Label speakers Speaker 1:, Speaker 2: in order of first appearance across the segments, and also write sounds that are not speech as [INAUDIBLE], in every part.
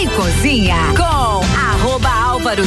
Speaker 1: e Cozinha com arroba Álvaro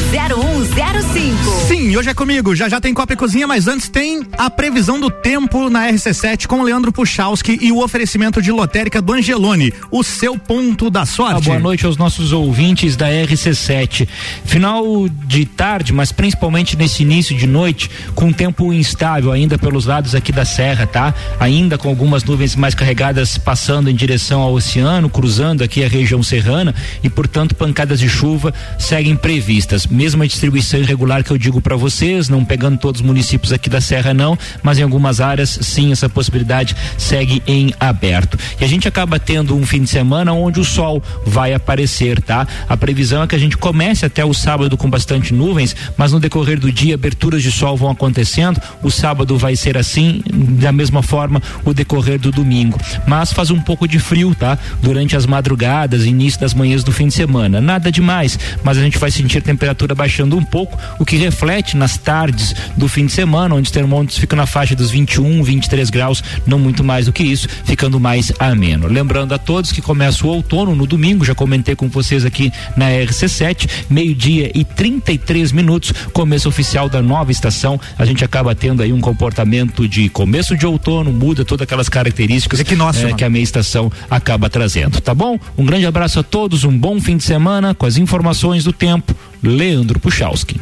Speaker 1: 0105.
Speaker 2: Sim, hoje é comigo. Já já tem Copa e Cozinha, mas antes tem a previsão do tempo na RC7 com Leandro Puchalski e o oferecimento de lotérica do Angelone, o seu ponto da sorte. Ah,
Speaker 3: boa noite aos nossos ouvintes da RC7. Final de tarde, mas principalmente nesse início de noite, com tempo instável ainda pelos lados aqui da serra, tá? Ainda com algumas nuvens mais carregadas passando em direção ao oceano, cruzando aqui a região serrana e, portanto, pancadas de chuva seguem previstas. Mesma distribuição irregular que eu digo para vocês, não pegando todos os municípios aqui da Serra, não, mas em algumas áreas, sim, essa possibilidade segue em aberto. E a gente acaba tendo um fim de semana onde o sol vai aparecer, tá? A previsão é que a gente comece até o sábado com bastante nuvens, mas no decorrer do dia, aberturas de sol vão acontecendo. O sábado vai ser assim, da mesma forma, o decorrer do domingo. Mas faz um pouco de frio, tá? Durante as madrugadas, início das manhãs do fim de semana. Nada demais, mas a gente vai sentir temperatura baixando um pouco, o que reflete nas tardes do fim de semana, onde os termômetros ficam na faixa dos 21, 23 graus, não muito mais do que isso, ficando mais ameno. Lembrando a todos que começa o outono no domingo, já comentei com vocês aqui na RC7, meio-dia e 33 minutos, começo oficial da nova estação. A gente acaba tendo aí um comportamento de começo de outono, muda todas aquelas características
Speaker 2: que, nossa,
Speaker 3: é, que a meia estação acaba trazendo. Tá bom? Um grande abraço a todos, um bom fim de semana com as informações do tempo. Leandro Puchalski.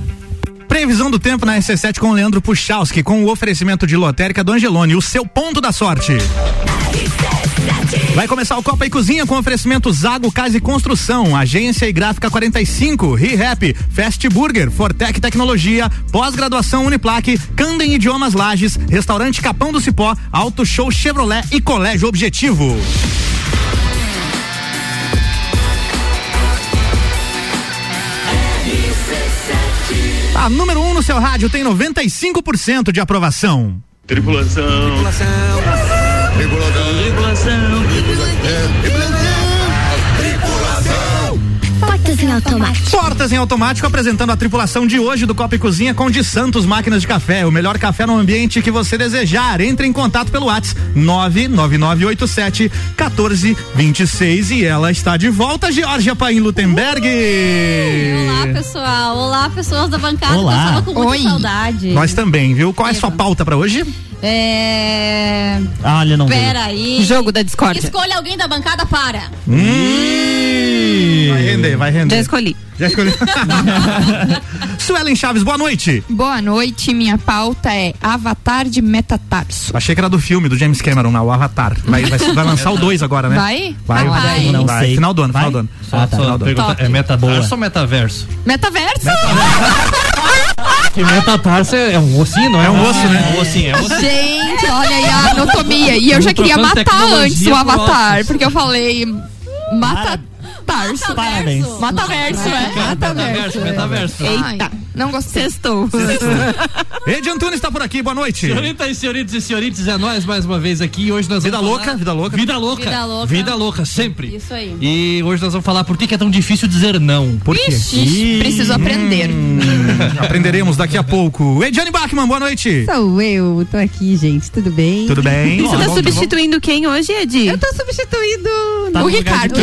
Speaker 2: Previsão do tempo na RC7 com Leandro Puchalski, com o oferecimento de lotérica do Angelone, o seu ponto da sorte. Vai começar o Copa e Cozinha com oferecimento Zago Casa e Construção, Agência e Gráfica 45, ReHap, Fast Burger, Fortec Tecnologia, Pós-Graduação Uniplaque, Candem Idiomas Lages, Restaurante Capão do Cipó, Auto Show Chevrolet e Colégio Objetivo. A número 1 um no seu rádio tem 95% de aprovação.
Speaker 4: Tripulação. Tripulação. Tripulação.
Speaker 5: Tripulação. Portas em automático.
Speaker 2: Portas em automático apresentando a tripulação de hoje do Copa e Cozinha com de Santos Máquinas de Café, o melhor café no ambiente que você desejar. Entre em contato pelo Whats 99987 1426 e ela está de volta, Georgia Paim Lutemberg.
Speaker 6: Uhum. Olá, pessoal. Olá, pessoas da bancada.
Speaker 2: Olá.
Speaker 6: Eu tava com muita
Speaker 2: Oi.
Speaker 6: saudade.
Speaker 2: Nós também, viu? Qual é a sua
Speaker 6: Eva.
Speaker 2: pauta pra hoje?
Speaker 6: É.
Speaker 2: Ah, Olha, não
Speaker 6: Peraí.
Speaker 7: Jogo da discórdia.
Speaker 6: Escolha alguém da bancada para.
Speaker 2: Hum. Vai render, vai render.
Speaker 7: Já escolhi. [LAUGHS]
Speaker 2: Já escolhi. Suelen Chaves, boa noite.
Speaker 8: Boa noite, minha pauta é Avatar de Metatarso.
Speaker 2: Achei que era do filme do James Cameron, não, o Avatar. Vai, vai, vai lançar o 2 agora, né?
Speaker 8: Vai?
Speaker 2: Vai,
Speaker 8: Rapaz.
Speaker 2: vai.
Speaker 8: Não
Speaker 2: vai.
Speaker 3: sei.
Speaker 2: Final do ano, final do ano.
Speaker 3: Ah, tá.
Speaker 2: Final do ano.
Speaker 3: Pergunta, é metatarso ou metaverso?
Speaker 8: Metaverso!
Speaker 3: Que metatarso é, é um ossinho, não é?
Speaker 2: É um osso, né?
Speaker 3: É um ossinho, é um ossinho.
Speaker 8: [LAUGHS] Gente, olha aí a anatomia. E eu já queria
Speaker 3: Trocando
Speaker 8: matar
Speaker 3: tecnologia
Speaker 8: antes o
Speaker 3: por
Speaker 8: Avatar,
Speaker 3: ossos.
Speaker 8: porque eu falei. Matatarso.
Speaker 6: Parabéns.
Speaker 8: Mataverso, é?
Speaker 3: Metaverso, metaverso.
Speaker 8: Eita, não gostei. Sextou.
Speaker 2: Edi Antunes está por aqui, boa noite.
Speaker 3: Senhoritas e senhoritos e senhorites, é nós mais uma vez aqui. Hoje nós
Speaker 2: Vida
Speaker 3: vamos
Speaker 2: louca,
Speaker 3: falar-
Speaker 2: vida louca.
Speaker 3: Vida louca.
Speaker 6: Vida louca.
Speaker 3: Vida louca, sempre.
Speaker 6: Isso aí.
Speaker 3: E hoje nós vamos falar por que, que é tão difícil dizer não.
Speaker 2: Por quê?
Speaker 8: Ixi, preciso aprender.
Speaker 2: Hum. Aprenderemos daqui a pouco. Ediane Bachmann, boa noite.
Speaker 9: Sou eu, tô aqui, gente, tudo bem?
Speaker 2: Tudo bem?
Speaker 7: Você
Speaker 2: Tudo
Speaker 7: tá
Speaker 2: bom, tudo bom?
Speaker 7: substituindo quem hoje, Edi?
Speaker 9: Eu tô substituindo
Speaker 2: Tá
Speaker 8: o Ricardo.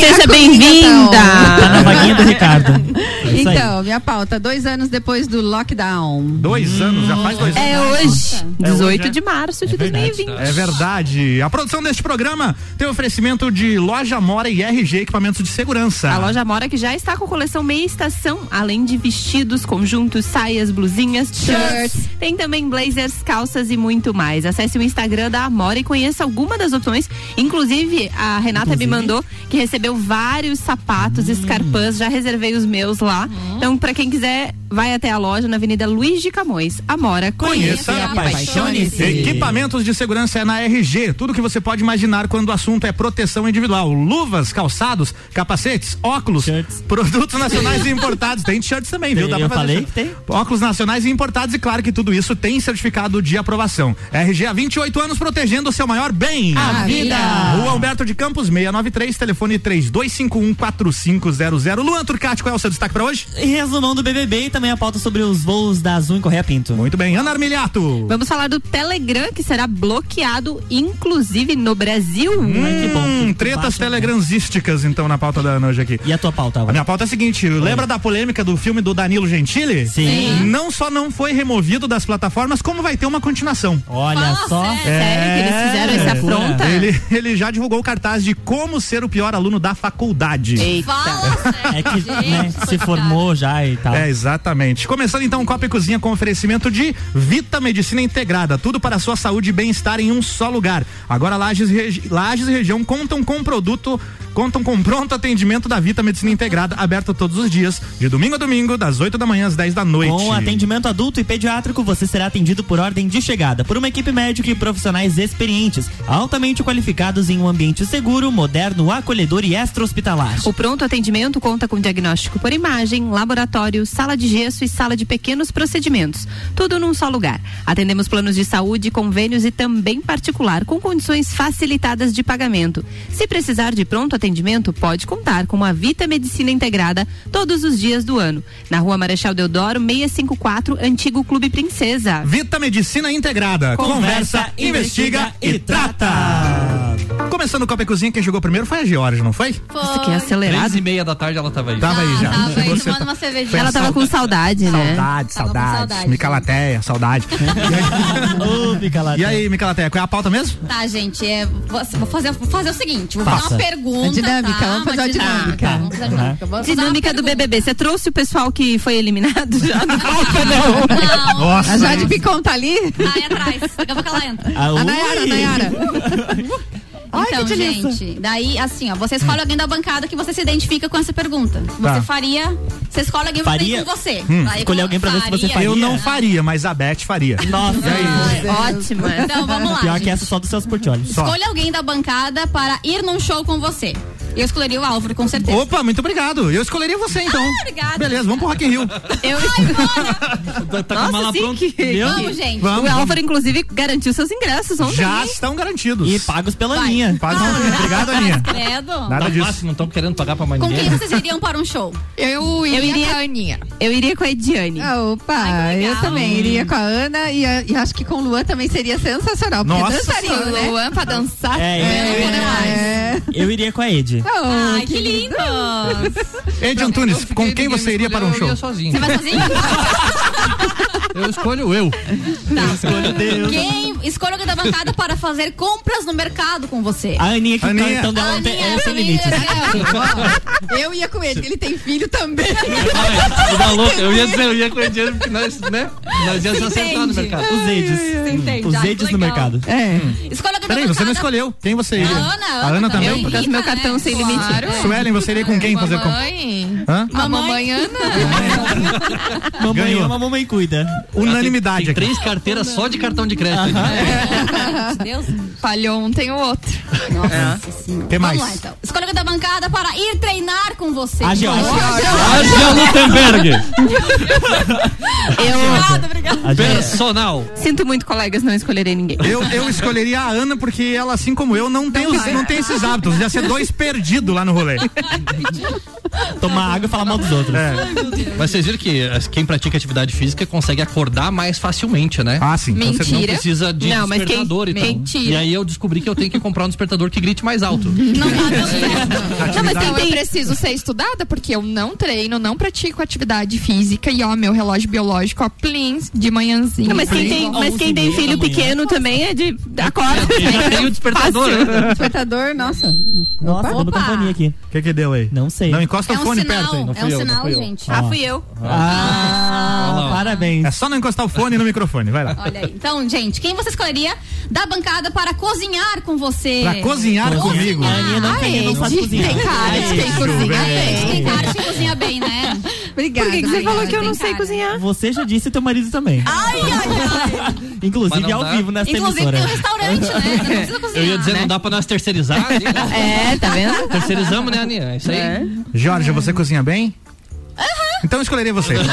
Speaker 7: Seja
Speaker 3: Tá
Speaker 7: bem-vinda!
Speaker 3: na vaguinha do Ricardo.
Speaker 2: É
Speaker 9: Então, minha pauta, dois anos depois do lockdown.
Speaker 2: Dois anos, já faz dois anos.
Speaker 7: É hoje,
Speaker 2: É
Speaker 7: 18
Speaker 2: hoje, é?
Speaker 7: de março de 2020.
Speaker 2: É verdade. A produção deste programa tem oferecimento de Loja Mora e RG Equipamentos de Segurança.
Speaker 7: A loja Mora que já está com coleção meia estação, além de vestidos, conjuntos, saias, blusinhas, shirts. Tem também blazers, calças e muito mais. Acesse o Instagram da Amora e conheça alguma das opções. Inclusive, Hum. a Renata me mandou que recebeu vários sapatos, escarpãs, já reservei os meus lá. Então, para quem quiser, vai até a loja na Avenida Luiz de Camões. Amora,
Speaker 2: Conheça
Speaker 7: conheça.
Speaker 2: e
Speaker 6: apaixone-se.
Speaker 2: Equipamentos de segurança é na RG. Tudo que você pode imaginar quando o assunto é proteção individual. Luvas, calçados, capacetes, óculos,
Speaker 10: Shirts.
Speaker 2: produtos
Speaker 10: [LAUGHS]
Speaker 2: nacionais e importados. Tem shirts também, viu?
Speaker 10: Tem, eu falei
Speaker 2: shirt.
Speaker 10: que tem.
Speaker 2: Óculos nacionais e importados e claro que tudo isso tem certificado de aprovação. RG há 28 anos protegendo o seu maior bem. A
Speaker 9: vida.
Speaker 2: Rua Humberto de Campos 693, um telefone 32514500. Luan Turcati, qual é o seu destaque para hoje?
Speaker 10: Resumão do BBB e também a pauta sobre os voos da Azul em Correia Pinto.
Speaker 2: Muito bem, Ana Armiliato.
Speaker 7: Vamos falar do Telegram, que será bloqueado, inclusive no Brasil.
Speaker 2: que bom. Hum, Tretas telegranzísticas, então, na pauta da Ana hoje aqui.
Speaker 10: E a tua pauta,
Speaker 2: A minha pauta é a seguinte: lembra da polêmica do filme do Danilo Gentili?
Speaker 10: Sim.
Speaker 2: Não só não foi removido das plataformas, como vai ter uma continuação. É,
Speaker 10: Olha só. É,
Speaker 7: Sério que eles fizeram essa afronta?
Speaker 2: Ele, ele já divulgou o cartaz de como ser o pior aluno da faculdade.
Speaker 6: Fala sério.
Speaker 10: É que
Speaker 6: gente,
Speaker 10: né, se
Speaker 6: coitado.
Speaker 10: formou já e tal.
Speaker 2: É, exatamente. Começando então o Copa e Cozinha com oferecimento de Vita Medicina Integrada, tudo para a sua saúde e bem-estar em um só lugar. Agora Lages, e Regi- Lages e região contam com produto, contam com pronto atendimento da Vita Medicina Integrada, aberto todos os dias, de domingo a domingo, das 8 da manhã às 10 da noite.
Speaker 10: Com atendimento adulto e pediátrico, você será atendido por ordem de chegada, por uma equipe médica e profissionais experientes, altamente qualificados em um ambiente seguro, moderno, acolhedor e extra-hospitalar.
Speaker 7: O pronto atendimento conta com diagnóstico por imagem, laboratório, sala de gesso e sala de pequenos procedimentos. Tudo num só lugar. Atendemos planos de saúde, convênios e também particular, com condições facilitadas de pagamento. Se precisar de pronto atendimento, pode contar com a Vita Medicina Integrada todos os dias do ano. Na rua Marechal Deodoro, 654, antigo Clube Princesa.
Speaker 2: Vita Medicina Integrada. Conversa,
Speaker 10: Conversa,
Speaker 2: investiga, e
Speaker 10: investiga e
Speaker 2: trata. Começando o Copa e Cozinha, quem chegou primeiro foi a Georgia, não foi?
Speaker 7: Nossa, que
Speaker 6: Foi. é
Speaker 7: acelerado.
Speaker 11: Três e meia da tarde ela tava aí.
Speaker 2: Tava aí já.
Speaker 6: Ah, Tava aí
Speaker 2: Você
Speaker 6: tomando
Speaker 2: tá-
Speaker 6: uma cervejinha.
Speaker 7: Ela tava com saudade, né?
Speaker 2: Saudade,
Speaker 6: Tava com
Speaker 2: saudade.
Speaker 6: saudade. [LAUGHS]
Speaker 2: Micalateia, saudade.
Speaker 10: Ô, fica lá.
Speaker 2: E aí, Micalateia, qual é a pauta mesmo?
Speaker 6: Tá, gente, é, vou, vou fazer, vou fazer o seguinte, vou
Speaker 10: Faça.
Speaker 6: fazer uma pergunta.
Speaker 9: A É dinâmica,
Speaker 6: tá?
Speaker 9: vamos fazer
Speaker 6: Uma
Speaker 9: a dinâmica.
Speaker 6: Vamos fazer a dinâmica. Vou fazer uma
Speaker 7: Dinâmica do
Speaker 6: pergunta.
Speaker 7: BBB. Você trouxe o pessoal que foi eliminado
Speaker 6: [LAUGHS]
Speaker 7: já?
Speaker 6: Não,
Speaker 9: A
Speaker 2: Nossa.
Speaker 9: Jade Picon tá ali?
Speaker 6: tá aí atrás. Daqui a pouco ela entra.
Speaker 10: Ah,
Speaker 9: A
Speaker 10: ui.
Speaker 9: Nayara, a Nayara. Ai,
Speaker 6: Então,
Speaker 9: que delícia.
Speaker 6: gente, daí, assim, ó, você escolhe alguém da bancada que você se identifica com essa pergunta.
Speaker 2: Tá. Hum,
Speaker 6: Você faria. Você escolhe alguém pra
Speaker 10: Faria?
Speaker 6: fazer com você. Aí,
Speaker 10: Escolher alguém pra ver se você faria.
Speaker 2: Eu não faria, mas a Beth faria.
Speaker 10: Nossa, é
Speaker 7: Ótima.
Speaker 6: Então, vamos lá.
Speaker 10: pior que
Speaker 6: gente.
Speaker 10: essa só dos seus portiolis.
Speaker 2: Só.
Speaker 6: Escolha alguém da bancada para ir num show com você. Eu escolheria o Álvaro, com certeza.
Speaker 2: Opa, muito obrigado. Eu escolheria você então.
Speaker 6: Ah, obrigada.
Speaker 2: Beleza, vamos pro Rock in Rio.
Speaker 7: Eu...
Speaker 11: Tá, tá com a
Speaker 7: Nossa,
Speaker 11: mala
Speaker 7: sim,
Speaker 11: pronta.
Speaker 7: que-
Speaker 11: Meu
Speaker 6: Vamos, gente.
Speaker 2: Vamos.
Speaker 7: O Álvaro, inclusive, garantiu seus ingressos ontem.
Speaker 2: Já
Speaker 7: um, hein?
Speaker 2: estão garantidos.
Speaker 10: E pagos pela
Speaker 6: Vai.
Speaker 10: linha.
Speaker 2: Faz um... Obrigado, Aninha.
Speaker 6: Credo.
Speaker 2: Nada
Speaker 11: Tá
Speaker 2: disso.
Speaker 11: fácil, não estão querendo pagar pra mais
Speaker 6: Com quem
Speaker 11: ninguém.
Speaker 6: vocês iriam para um show?
Speaker 9: Eu iria,
Speaker 7: iria-
Speaker 9: com a Aninha.
Speaker 7: Eu iria com a Ediane.
Speaker 9: Ah, opa,
Speaker 6: Ai, que legal.
Speaker 9: eu também iria com a Ana e, a- e acho que com o Luan também seria sensacional. Porque
Speaker 2: Nossa
Speaker 9: dançaria,
Speaker 6: Senhora.
Speaker 9: né?
Speaker 8: Luan pra dançar.
Speaker 10: É, eu,
Speaker 6: Não, não, não.
Speaker 9: É.
Speaker 10: eu iria com a Ed.
Speaker 9: Oh,
Speaker 6: Ai, que lindo!
Speaker 2: Ed Antunes, com quem você iria para um
Speaker 11: Eu
Speaker 2: show?
Speaker 11: ia sozinho.
Speaker 6: Você vai sozinho?
Speaker 11: Eu escolho eu.
Speaker 2: Tá,
Speaker 6: Quem escolha alguém da bancada para fazer compras no mercado com você?
Speaker 10: A Aninha que
Speaker 2: Aninha.
Speaker 10: o cartão dela tem-
Speaker 6: Aninha,
Speaker 10: é sem
Speaker 6: Aninha,
Speaker 10: limites.
Speaker 9: Eu ia com ele, que ele tem
Speaker 6: [LAUGHS]
Speaker 9: filho também.
Speaker 11: Ai, tu tá louco? Eu ia dizer, eu ia com o dinheiro porque nós, né? Nós ia se acertar no
Speaker 6: entende.
Speaker 11: mercado.
Speaker 10: Os Eds.
Speaker 6: entende,
Speaker 10: Os
Speaker 6: ah, que
Speaker 10: Eds
Speaker 6: legal.
Speaker 10: no
Speaker 6: É.
Speaker 10: mercado.
Speaker 7: É.
Speaker 6: Escolha alguém da
Speaker 2: Hum. Peraí,
Speaker 6: bancada.
Speaker 2: você não escolheu. Quem você
Speaker 6: A
Speaker 2: iria?
Speaker 6: Ana, a Ana
Speaker 2: também?
Speaker 6: também.
Speaker 7: Por causa do meu cartão
Speaker 6: né?
Speaker 7: sem limite.
Speaker 2: Suelen, você iria com quem fazer compra?
Speaker 8: Mamãe.
Speaker 2: Hã?
Speaker 8: A mamãe Ana.
Speaker 10: Mamãe
Speaker 2: Ganhou.
Speaker 10: ama, mamãe
Speaker 3: Ah,
Speaker 10: cuida.
Speaker 2: Unanimidade
Speaker 11: Tem
Speaker 2: aqui.
Speaker 11: três carteiras só de cartão de crédito. né?
Speaker 6: Deus.
Speaker 8: Falhou um, tem o outro.
Speaker 6: Nossa senhora.
Speaker 2: Que É. mais?
Speaker 6: Vamos lá, então. Escolha alguém da bancada para ir treinar com você.
Speaker 10: A Georgia.
Speaker 11: Angela Lutemberg,
Speaker 6: Obrigado, obrigado.
Speaker 10: A Georgia.
Speaker 11: personal.
Speaker 7: Sinto muito, colegas, não escolherei ninguém.
Speaker 2: Eu, eu escolheria a Ana porque ela, assim como eu, não tem, os- não tem esses hábitos. Já ser dois perdido lá no rolê.
Speaker 10: Tomar água e falar mal dos outros.
Speaker 2: É.
Speaker 11: Mas vocês viram que as- quem pratica atividade física consegue acordar mais facilmente, né?
Speaker 2: Ah, sim. com certeza.
Speaker 11: Não precisa de
Speaker 7: Não, mas quem-
Speaker 11: despertador e tal.
Speaker 7: mentira.
Speaker 11: E aí eu descobri que eu tenho que comprar um despertador que grite mais alto.
Speaker 6: Não
Speaker 8: tá
Speaker 6: dá tão certo.
Speaker 8: Não, mas
Speaker 2: Atividade-
Speaker 8: então eu preciso ser estudada, porque eu não treino, não pratico atividade física e, ó, meu relógio biológico, ó, plins, de manhãzinha.
Speaker 7: Não, mas quem tem, mas quem tem filho pequeno também é de. Acorda.
Speaker 11: Eu já
Speaker 6: É
Speaker 2: um
Speaker 11: tenho o despertador. né?
Speaker 9: Despertador, nossa.
Speaker 10: Nossa, dando
Speaker 6: Opa.
Speaker 10: companhia aqui.
Speaker 2: O que que deu aí?
Speaker 10: Não sei.
Speaker 2: Não encosta
Speaker 6: É
Speaker 2: o
Speaker 6: um
Speaker 2: fone
Speaker 6: sinal,
Speaker 2: perto aí.
Speaker 6: é um sinal, gente.
Speaker 7: Ah, fui eu.
Speaker 10: Ah,
Speaker 11: Olha lá, ó.
Speaker 10: parabéns.
Speaker 2: É só não encostar o fone no microfone, vai lá.
Speaker 6: Olha aí. Então, gente, quem você escolheria da bancada para cozinhar com você? Ah,
Speaker 2: Pra cozinhar comigo.
Speaker 10: A Aninha não, tem, não sabe cozinhar.
Speaker 9: Tem cara de quem
Speaker 2: Beijo,
Speaker 9: cozinha
Speaker 2: beijo.
Speaker 9: bem.
Speaker 6: né? Tem cara que cozinha bem, né?
Speaker 9: Obrigada.
Speaker 7: Por que, que você
Speaker 9: obrigada.
Speaker 7: falou que eu não
Speaker 6: tem
Speaker 7: sei
Speaker 6: cara.
Speaker 7: cozinhar?
Speaker 10: Você já disse e teu marido também.
Speaker 6: Ai, ai, ai.
Speaker 11: Mas
Speaker 10: Inclusive
Speaker 11: não
Speaker 10: ao
Speaker 11: dá.
Speaker 10: vivo nessa
Speaker 6: Ah, Inclusive tem um
Speaker 10: emissora.
Speaker 6: restaurante, né? Não precisa cozinhar.
Speaker 11: Eu ia dizer, não dá pra nós terceirizar. né?
Speaker 7: É, tá vendo?
Speaker 11: Terceirizamos, né, Aninha? É isso aí.
Speaker 7: É.
Speaker 2: Jorge, você cozinha bem? Então eu escolheria
Speaker 6: [LAUGHS]
Speaker 2: você.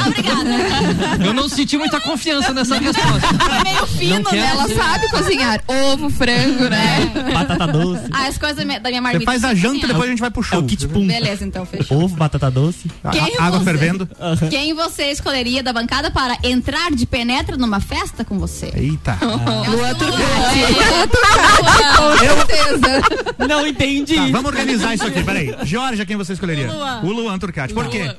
Speaker 11: Eu não senti muita confiança nessa
Speaker 8: [LAUGHS]
Speaker 11: resposta.
Speaker 8: Meio fino,
Speaker 11: Não
Speaker 8: né?
Speaker 11: quero
Speaker 8: Ela
Speaker 11: ser-
Speaker 2: [LAUGHS]
Speaker 8: sabe cozinhar ovo, frango, né?
Speaker 10: Batata Tá doce.
Speaker 6: Ah, as coisas da minha, da minha
Speaker 2: Você
Speaker 6: marmita.
Speaker 2: faz a
Speaker 6: assim,
Speaker 2: janta e
Speaker 6: ó.
Speaker 2: depois a gente vai
Speaker 10: É
Speaker 2: pro show.
Speaker 6: Beleza, então, fechou.
Speaker 10: Ovo, batata doce.
Speaker 2: A-
Speaker 6: Quem
Speaker 2: água
Speaker 6: você?
Speaker 2: fervendo.
Speaker 6: Quem você escolheria da bancada para entrar de penetra numa festa com você?
Speaker 2: Eita.
Speaker 6: Lua
Speaker 10: Não entendi.
Speaker 2: Tá, vamos organizar isso aqui, peraí. Georgia, quem você escolheria?
Speaker 6: O Luan.
Speaker 2: O Luan Turcati. Por quê?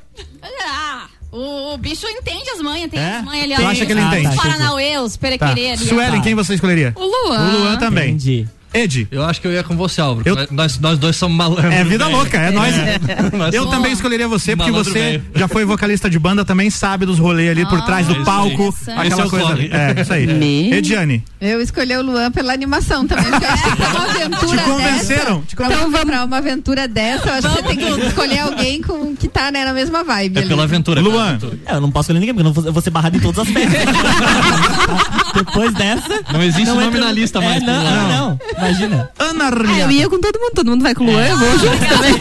Speaker 6: Ah, o, o bicho entende as manhas, tem
Speaker 2: É?
Speaker 6: as manhas ali.
Speaker 2: Tu
Speaker 6: ó.
Speaker 2: acha que ele
Speaker 6: Os
Speaker 2: entende? Ah, tá,
Speaker 6: Paranauê, os
Speaker 2: Tá.
Speaker 6: perequerê.
Speaker 2: Suelen, quem você escolheria?
Speaker 8: O Luan.
Speaker 2: O Luan também.
Speaker 10: Entendi.
Speaker 2: Ed.
Speaker 11: Eu acho que eu ia com você, Álvaro. Nós, nós dois somos malandros.
Speaker 2: É vida
Speaker 11: velho.
Speaker 2: louca, é nóis.
Speaker 11: [LAUGHS] Nós
Speaker 2: Eu
Speaker 11: somos-
Speaker 2: também escolheria você, porque
Speaker 11: Malandro
Speaker 2: você
Speaker 11: velho.
Speaker 2: já foi vocalista de banda, também sabe dos rolês ali
Speaker 8: Ah,
Speaker 2: por trás do
Speaker 11: Nossa.
Speaker 2: palco.
Speaker 11: Esse é
Speaker 2: Aquela
Speaker 11: o
Speaker 2: coisa.
Speaker 11: Cole.
Speaker 2: É, isso
Speaker 8: [LAUGHS]
Speaker 2: aí.
Speaker 7: Me-
Speaker 2: Ediane,
Speaker 9: Eu escolhi o Luan pela animação também. Porque eu acho que pra
Speaker 2: [LAUGHS]
Speaker 9: uma aventura
Speaker 2: te convenceram?
Speaker 9: dessa. Então vamos pra uma aventura dessa. Eu acho que você tem que escolher alguém com, que tá né, na mesma vibe.
Speaker 11: É
Speaker 9: ali.
Speaker 11: pela aventura. é pela
Speaker 2: Luan.
Speaker 11: aventura.
Speaker 10: É, eu não posso escolher ninguém, porque eu não vou- eu vou ser barrado em todas as festas. Depois dessa.
Speaker 11: Não existe
Speaker 10: Não
Speaker 11: nome
Speaker 10: entra-
Speaker 11: na lista mais.
Speaker 10: É, não,
Speaker 11: pro Luan.
Speaker 10: não, não. Imagina. É.
Speaker 2: Ana
Speaker 7: Ah, eu
Speaker 2: Ria.
Speaker 7: ia com todo mundo, todo mundo vai com o Luan, eu vou junto também.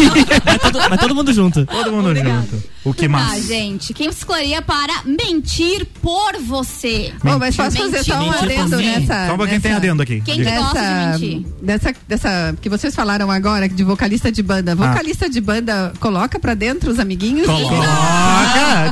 Speaker 10: Mas todo, mas todo mundo junto.
Speaker 2: Todo mundo junto. O que
Speaker 6: Ah,
Speaker 2: mais?
Speaker 6: gente, quem você escolheria para mentir por você?
Speaker 9: Bom, mas posso fazer só um
Speaker 6: Mentira.
Speaker 9: adendo
Speaker 6: Mentira.
Speaker 9: nessa.
Speaker 2: Só pra quem tem
Speaker 9: nessa-
Speaker 2: adendo aqui.
Speaker 6: Quem
Speaker 2: Diga.
Speaker 6: que gosta
Speaker 9: Dessa,
Speaker 6: de mentir.
Speaker 9: dessa, dessa que vocês falaram agora de vocalista de banda.
Speaker 2: Ah.
Speaker 9: Vocalista de banda coloca pra dentro os amiguinhos? Ah,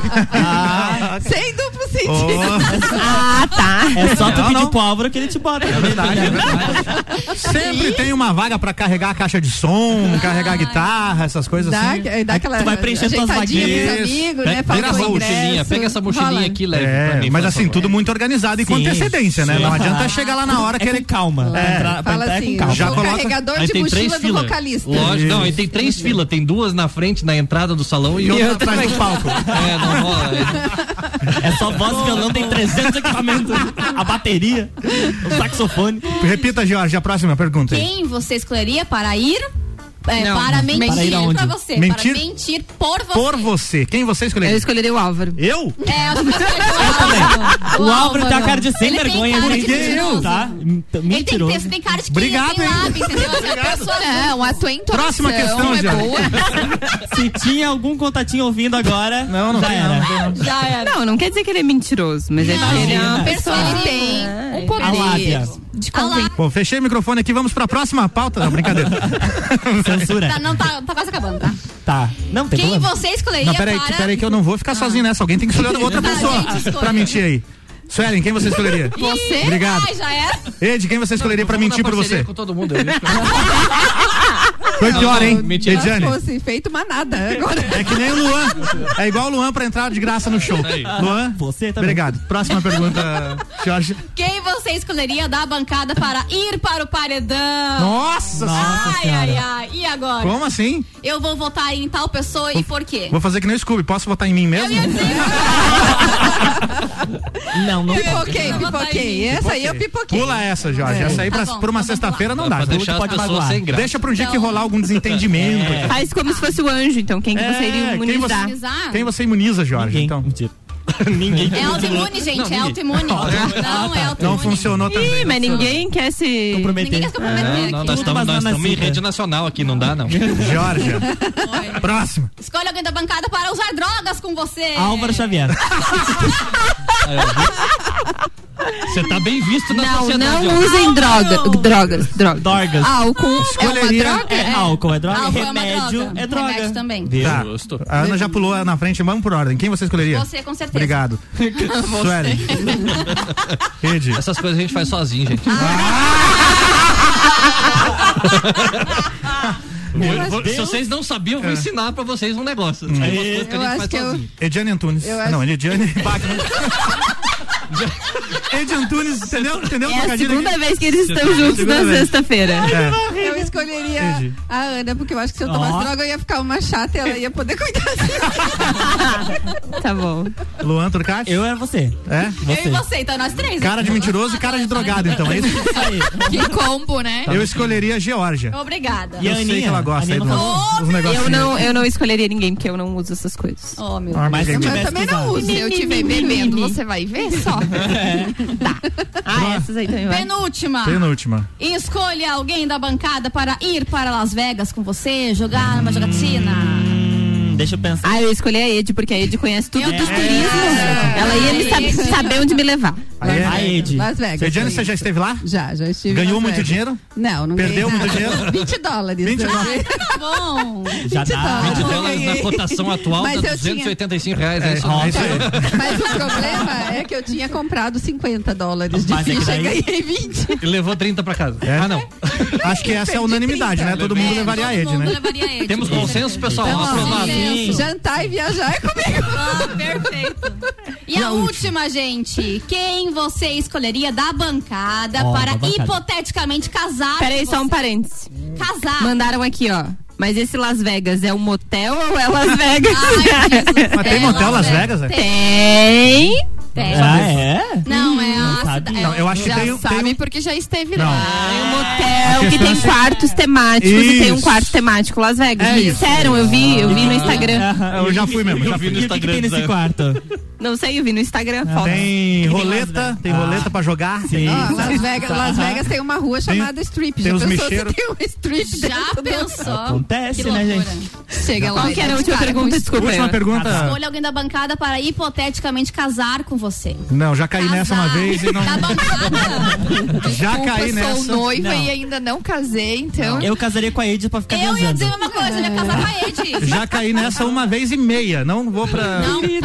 Speaker 9: [LAUGHS]
Speaker 2: Coloca!
Speaker 9: Sem duplo sentido.
Speaker 2: Oh,
Speaker 7: Ah, tá.
Speaker 10: É só tu
Speaker 2: Não,
Speaker 10: pedir
Speaker 2: não.
Speaker 10: pro Álvaro que ele te bota.
Speaker 2: é verdade, é verdade. Sempre tem uma vaga pra carregar a caixa de som, carregar a guitarra, essas coisas
Speaker 9: Dá,
Speaker 2: assim.
Speaker 9: dá aquela
Speaker 10: Tu vai preenchendo tuas
Speaker 9: ajeitadinha
Speaker 2: vaguinhas.
Speaker 9: pros
Speaker 2: Isso.
Speaker 9: amigos, né?
Speaker 11: Pega, pega
Speaker 9: Falta
Speaker 11: essa
Speaker 9: o
Speaker 11: mochilinha,
Speaker 9: ingresso.
Speaker 11: pega essa mochilinha
Speaker 9: Rola.
Speaker 11: aqui, leve. pra
Speaker 2: É,
Speaker 11: mim,
Speaker 2: mas
Speaker 11: por
Speaker 2: assim,
Speaker 11: favor.
Speaker 2: tudo muito organizado e com
Speaker 10: Sim,
Speaker 2: antecedência, né?
Speaker 10: sim.
Speaker 2: Não adianta chegar lá na hora
Speaker 10: É
Speaker 2: que
Speaker 10: com
Speaker 2: ele.
Speaker 10: calma. Pra
Speaker 2: É.
Speaker 10: entrar, pra
Speaker 9: Fala
Speaker 10: entrar é
Speaker 9: assim,
Speaker 10: com calma.
Speaker 2: já
Speaker 9: o
Speaker 2: coloca-
Speaker 9: carregador
Speaker 11: Aí
Speaker 9: de
Speaker 11: tem três
Speaker 9: mochila do
Speaker 11: filas.
Speaker 9: vocalista.
Speaker 11: Lógico, não, aí tem três filas. Tem duas na frente, na entrada do salão e,
Speaker 2: E
Speaker 11: outra
Speaker 2: outra atrás do palco.
Speaker 11: É, não rola. é.
Speaker 10: É só voz e violão, tem 300 equipamentos. A bateria, o saxofone.
Speaker 2: Repita, Jorge, a próxima pergunta. aí.
Speaker 6: Quem você escolheria para ir é,
Speaker 11: Não,
Speaker 6: para mentir
Speaker 10: para ir aonde?
Speaker 6: pra você?
Speaker 2: Mentir?
Speaker 6: Para mentir por é você.
Speaker 2: Por você, quem você
Speaker 7: Eu
Speaker 2: escolheria?
Speaker 7: escolheria o Álvaro.
Speaker 2: Eu?
Speaker 6: É, eu também.
Speaker 10: O Álvaro tem a cara de sem
Speaker 6: Ele tem
Speaker 10: vergonha,
Speaker 6: cara de
Speaker 10: gente.
Speaker 6: mentiroso.
Speaker 10: Tá? Então,
Speaker 6: Ele tem que ter,
Speaker 10: Mentiroso.
Speaker 6: você tem cara de que
Speaker 2: Obrigado,
Speaker 6: tem
Speaker 2: hein?
Speaker 6: lábio, entendeu?
Speaker 8: é
Speaker 6: A pessoa
Speaker 8: Não, a tua entonação
Speaker 2: Próxima questão,
Speaker 8: é
Speaker 2: Jane.
Speaker 8: boa.
Speaker 10: Se tinha algum contatinho ouvindo agora.
Speaker 2: Não, não
Speaker 10: já
Speaker 2: tem,
Speaker 10: era.
Speaker 2: não, tem, não.
Speaker 6: já era.
Speaker 7: Não, não quer dizer que ele é mentiroso, mas é que ele é uma pessoa.
Speaker 6: Ele
Speaker 8: Tem um poder
Speaker 10: A lábia.
Speaker 8: de convencer.
Speaker 2: Bom, fechei o microfone aqui, vamos pra próxima pauta. Não, brincadeira.
Speaker 10: [LAUGHS] Censura.
Speaker 6: Tá, não, tá, tá quase acabando, tá?
Speaker 10: Tá. Não, tem
Speaker 6: Quem
Speaker 10: problema.
Speaker 6: você escolheria
Speaker 2: Não, peraí,
Speaker 6: para...
Speaker 2: peraí que eu não vou ficar sozinho nessa. Alguém tem que escolher
Speaker 6: [LAUGHS]
Speaker 2: outra
Speaker 6: Tá, gente,
Speaker 2: pessoa
Speaker 6: escolha.
Speaker 2: pra mentir aí. Suelen, quem você escolheria?
Speaker 6: [LAUGHS] Você?
Speaker 2: Obrigado.
Speaker 6: Ai, já era.
Speaker 2: Ed, quem você escolheria pra
Speaker 11: Vamos
Speaker 2: mentir
Speaker 11: na
Speaker 2: pra
Speaker 11: parceria
Speaker 2: você?
Speaker 11: Com todo mundo. é né? eu escolho.
Speaker 2: [LAUGHS] Foi pior, hein?
Speaker 11: Mentir.
Speaker 9: Se
Speaker 2: Ediane.
Speaker 9: fosse feito uma nada agora.
Speaker 2: É que nem o Luan. É igual o Luan pra entrar de graça no show.
Speaker 11: Aí.
Speaker 2: Luan?
Speaker 10: Você também.
Speaker 2: Obrigado. Próxima pergunta, Jorge.
Speaker 6: Quem você escolheria da bancada para ir para o paredão?
Speaker 2: Nossa! senhora.
Speaker 6: ai, ai, ai. E agora?
Speaker 2: Como assim?
Speaker 6: Eu vou votar em tal pessoa e por quê?
Speaker 2: Vou fazer que nem o Scooby. Posso votar em mim
Speaker 6: Eu
Speaker 2: mesmo?
Speaker 6: ia dizer,
Speaker 10: [LAUGHS] Não,
Speaker 2: um
Speaker 10: não. É.
Speaker 9: Pipoquei,
Speaker 6: Não, tá aí.
Speaker 9: pipoquei. Essa aí eu pipoquei.
Speaker 2: Pula essa, Jorge. Essa aí pra,
Speaker 6: Tá bom,
Speaker 2: pra uma
Speaker 6: então vamos
Speaker 2: sexta-feira não dá.
Speaker 11: Pra
Speaker 2: Jorge.
Speaker 11: deixar as
Speaker 10: pode
Speaker 11: pessoas
Speaker 10: magoar.
Speaker 11: sem graça.
Speaker 2: Deixa pra um dia que
Speaker 6: Então-
Speaker 2: rolar algum desentendimento.
Speaker 10: É.
Speaker 7: Faz Ah, como se fosse o anjo, então. Quem que
Speaker 2: É,
Speaker 7: você iria
Speaker 2: quem
Speaker 7: imunizar?
Speaker 2: você,
Speaker 6: imunizar?
Speaker 2: quem você imuniza, Jorge?
Speaker 10: Ninguém. [LAUGHS]
Speaker 2: Então,
Speaker 10: Mentira.
Speaker 11: Ninguém
Speaker 6: é autoimune, gente. É autoimune.
Speaker 10: tá
Speaker 6: Não, é autoimune.
Speaker 2: não funcionou também.
Speaker 7: Ih, mas ninguém quer se. É.
Speaker 6: Ninguém quer
Speaker 10: Comprometer.
Speaker 6: se comprometer
Speaker 11: Não,
Speaker 6: aqui.
Speaker 11: não, nós estamos nós
Speaker 10: Mas não
Speaker 11: estamos em
Speaker 10: nascida.
Speaker 11: rede nacional aqui, não dá, não.
Speaker 2: Jorge.
Speaker 6: Oi.
Speaker 2: Próxima.
Speaker 6: Escolha alguém da bancada para usar drogas com você.
Speaker 10: Álvaro Xavier.
Speaker 11: [LAUGHS] Você tá bem visto na
Speaker 7: Não,
Speaker 11: sociedade.
Speaker 7: não
Speaker 11: ó.
Speaker 7: usem droga, drogas, drogas.
Speaker 10: Dorgas.
Speaker 7: Álcool é uma
Speaker 2: Escolheria-
Speaker 7: droga?
Speaker 10: É álcool, é droga.
Speaker 6: Álcool é uma
Speaker 10: Remédio
Speaker 6: droga.
Speaker 10: é droga.
Speaker 6: Remédio também.
Speaker 10: Viu?
Speaker 2: Tá.
Speaker 11: Justo.
Speaker 2: A Ana já pulou na frente. Vamos por ordem. Quem você escolheria?
Speaker 6: Você, com certeza. [LAUGHS]
Speaker 2: Obrigado. Suelen. Ed.
Speaker 11: Essas coisas a gente faz sozinho, gente.
Speaker 2: [LAUGHS]
Speaker 11: Eu vou- se vocês não sabiam, eu
Speaker 2: É.
Speaker 11: vou ensinar pra vocês um negócio. Tem umas coisas que a
Speaker 9: Eu
Speaker 11: gente
Speaker 9: acho
Speaker 11: faz
Speaker 9: que eu-
Speaker 11: sozinho.
Speaker 2: Hum. Ediane Antunes.
Speaker 9: Eu
Speaker 2: Ah,
Speaker 9: acho-
Speaker 2: não,
Speaker 9: [LAUGHS]
Speaker 2: Ediane Wagner. Ed Antunes, entendeu? Entendeu?
Speaker 7: É a
Speaker 2: trocadilho aqui?
Speaker 7: segunda vez que eles
Speaker 10: tá
Speaker 7: estão juntos
Speaker 2: segunda
Speaker 7: na
Speaker 2: vez.
Speaker 7: sexta-feira.
Speaker 2: É.
Speaker 9: Eu escolheria
Speaker 2: Entendi.
Speaker 9: a Ana, porque eu acho que se eu
Speaker 10: Ó.
Speaker 9: tomasse droga eu ia ficar uma chata e ela ia poder cuidar de mim.
Speaker 7: Tá bom.
Speaker 2: Luan Turcati?
Speaker 10: Eu era você.
Speaker 2: É?
Speaker 6: Eu
Speaker 10: Você.
Speaker 6: e você, então nós três.
Speaker 2: Cara
Speaker 6: [LAUGHS]
Speaker 2: de mentiroso e cara de drogado, então, é isso?
Speaker 10: Isso aí.
Speaker 8: Que combo, né?
Speaker 2: Eu escolheria a Georgia.
Speaker 6: Obrigada.
Speaker 10: E
Speaker 2: Eu
Speaker 10: a
Speaker 2: sei que
Speaker 10: Aninha?
Speaker 2: ela gosta aí
Speaker 10: Aninha
Speaker 2: dos,
Speaker 10: não
Speaker 6: falou.
Speaker 2: dos negocinhos.
Speaker 7: Eu não, eu não escolheria ninguém, porque eu não uso essas coisas.
Speaker 6: Oh, meu
Speaker 2: Ah,
Speaker 10: Mas
Speaker 2: mas
Speaker 10: se
Speaker 2: é que-
Speaker 9: Mas
Speaker 10: tivesse
Speaker 9: eu também não
Speaker 10: usado.
Speaker 9: uso.
Speaker 8: Se eu estiver bebendo, você vai ver
Speaker 7: [LAUGHS]
Speaker 8: só.
Speaker 7: Ah, essas aí também vai.
Speaker 6: Penúltima.
Speaker 2: Penúltima.
Speaker 6: Escolha alguém da bancada para ir para Las Vegas com você, jogar numa jogatina.
Speaker 10: deixa eu pensar.
Speaker 7: Ah, eu escolhi a Ed, porque a Ed conhece tudo dos
Speaker 10: É.
Speaker 7: turismos. Ela ia me sab-
Speaker 9: Ed.
Speaker 7: saber onde me levar.
Speaker 6: Ah,
Speaker 2: Aí é-
Speaker 9: Las Vegas. Las Vegas.
Speaker 2: Seu Jânio,
Speaker 9: sim.
Speaker 2: você já esteve lá?
Speaker 9: Já, já estive. em
Speaker 2: Ganhou
Speaker 9: Las
Speaker 2: muito
Speaker 9: Vegas.
Speaker 2: dinheiro?
Speaker 9: Não, não
Speaker 2: Perdeu
Speaker 9: ganhei
Speaker 2: muito
Speaker 9: nada. [LAUGHS]
Speaker 2: dinheiro?
Speaker 9: 20 dólares.
Speaker 2: 20
Speaker 9: eu
Speaker 2: dólares.
Speaker 9: ganhei.
Speaker 6: Tá bom.
Speaker 2: Já dá.
Speaker 11: 20
Speaker 9: eu
Speaker 11: dólares na
Speaker 9: ganhei.
Speaker 11: cotação atual tá
Speaker 9: Mas
Speaker 11: dá
Speaker 9: eu tinha-
Speaker 11: 285 reais. É, isso
Speaker 2: É isso
Speaker 11: aí.
Speaker 2: aí.
Speaker 9: Mas o problema é que eu tinha comprado 50 dólares de
Speaker 11: Mas é que
Speaker 9: ficha e
Speaker 11: daí-
Speaker 9: ganhei 20.
Speaker 11: E levou 30 pra casa. Ah, não.
Speaker 2: É. [LAUGHS] Acho que essa é a unanimidade, né? Todo mundo levaria a Ed, né?
Speaker 11: Temos consenso, pessoal?
Speaker 9: Então, ó,
Speaker 11: Aprovado.
Speaker 9: sim. jantar e viajar é comigo.
Speaker 6: perfeito. E,
Speaker 7: Hum.
Speaker 6: a, última, gente. Quem você escolheria da bancada
Speaker 7: Ó,
Speaker 6: para
Speaker 7: da bancada.
Speaker 6: hipoteticamente casar?
Speaker 7: Peraí,
Speaker 6: com
Speaker 7: só um
Speaker 6: você?
Speaker 7: parêntese.
Speaker 6: Casar.
Speaker 7: Mandaram aqui, ó. Mas esse Las Vegas é um motel ou é
Speaker 6: [LAUGHS] Ah,
Speaker 7: Las Vegas?
Speaker 2: Mas tem motel Las Vegas, né?
Speaker 7: Tem.
Speaker 6: Tem.
Speaker 2: Ah,
Speaker 10: é?
Speaker 6: Não, é a
Speaker 2: Sabe? Não, eu acho que
Speaker 8: já
Speaker 2: tem,
Speaker 8: sabe
Speaker 2: tem
Speaker 8: porque já esteve
Speaker 2: Não.
Speaker 8: lá. É,
Speaker 7: Tem um motel
Speaker 2: A
Speaker 7: que
Speaker 2: questão
Speaker 8: [LAUGHS]
Speaker 7: tem
Speaker 2: é se-
Speaker 7: quartos temáticos e tem um
Speaker 2: Isso.
Speaker 7: quarto temático Las Vegas.
Speaker 2: É
Speaker 7: Me
Speaker 2: isso.
Speaker 7: disseram, eu vi, eu vi no
Speaker 10: é.
Speaker 7: Instagram.
Speaker 2: Eu já fui mesmo, já fui no
Speaker 10: E o que que,
Speaker 2: Instagram,
Speaker 10: tem nesse
Speaker 2: Zé.
Speaker 10: quarto?
Speaker 7: Não sei, eu vi no Instagram fotos.
Speaker 2: Tem roleta, tem roleta pra jogar. Tá. Sim.
Speaker 9: Ó, Las, Vegas, Las Vegas tem uma rua chamada Strip.
Speaker 2: tem
Speaker 9: Já
Speaker 2: os
Speaker 9: pensou se
Speaker 2: mexeiro.
Speaker 9: tem um Strip
Speaker 6: Já
Speaker 9: dentro do-
Speaker 6: pensou?
Speaker 10: Acontece,
Speaker 6: Que
Speaker 10: né,
Speaker 6: loucura.
Speaker 10: gente?
Speaker 9: Chega lá.
Speaker 7: Qual que era a última
Speaker 9: Cara,
Speaker 7: pergunta? Desculpa.
Speaker 2: Última
Speaker 7: eu-
Speaker 2: pergunta.
Speaker 6: Escolha alguém da bancada para hipoteticamente casar com você.
Speaker 2: Não, já caí nessa uma vez e não.
Speaker 6: Da bancada.
Speaker 2: Já
Speaker 8: Desculpa,
Speaker 2: caí
Speaker 8: sou
Speaker 2: nessa.
Speaker 8: noiva
Speaker 10: Não.
Speaker 8: e ainda não casei, então.
Speaker 10: Eu casaria com a Ed pra ficar
Speaker 6: Eu ia
Speaker 10: transando.
Speaker 6: dizer a mesma coisa, eu ia casar com a Ed.
Speaker 2: Já caí nessa uma vez e meia. Não vou pra.
Speaker 6: Não,
Speaker 8: então,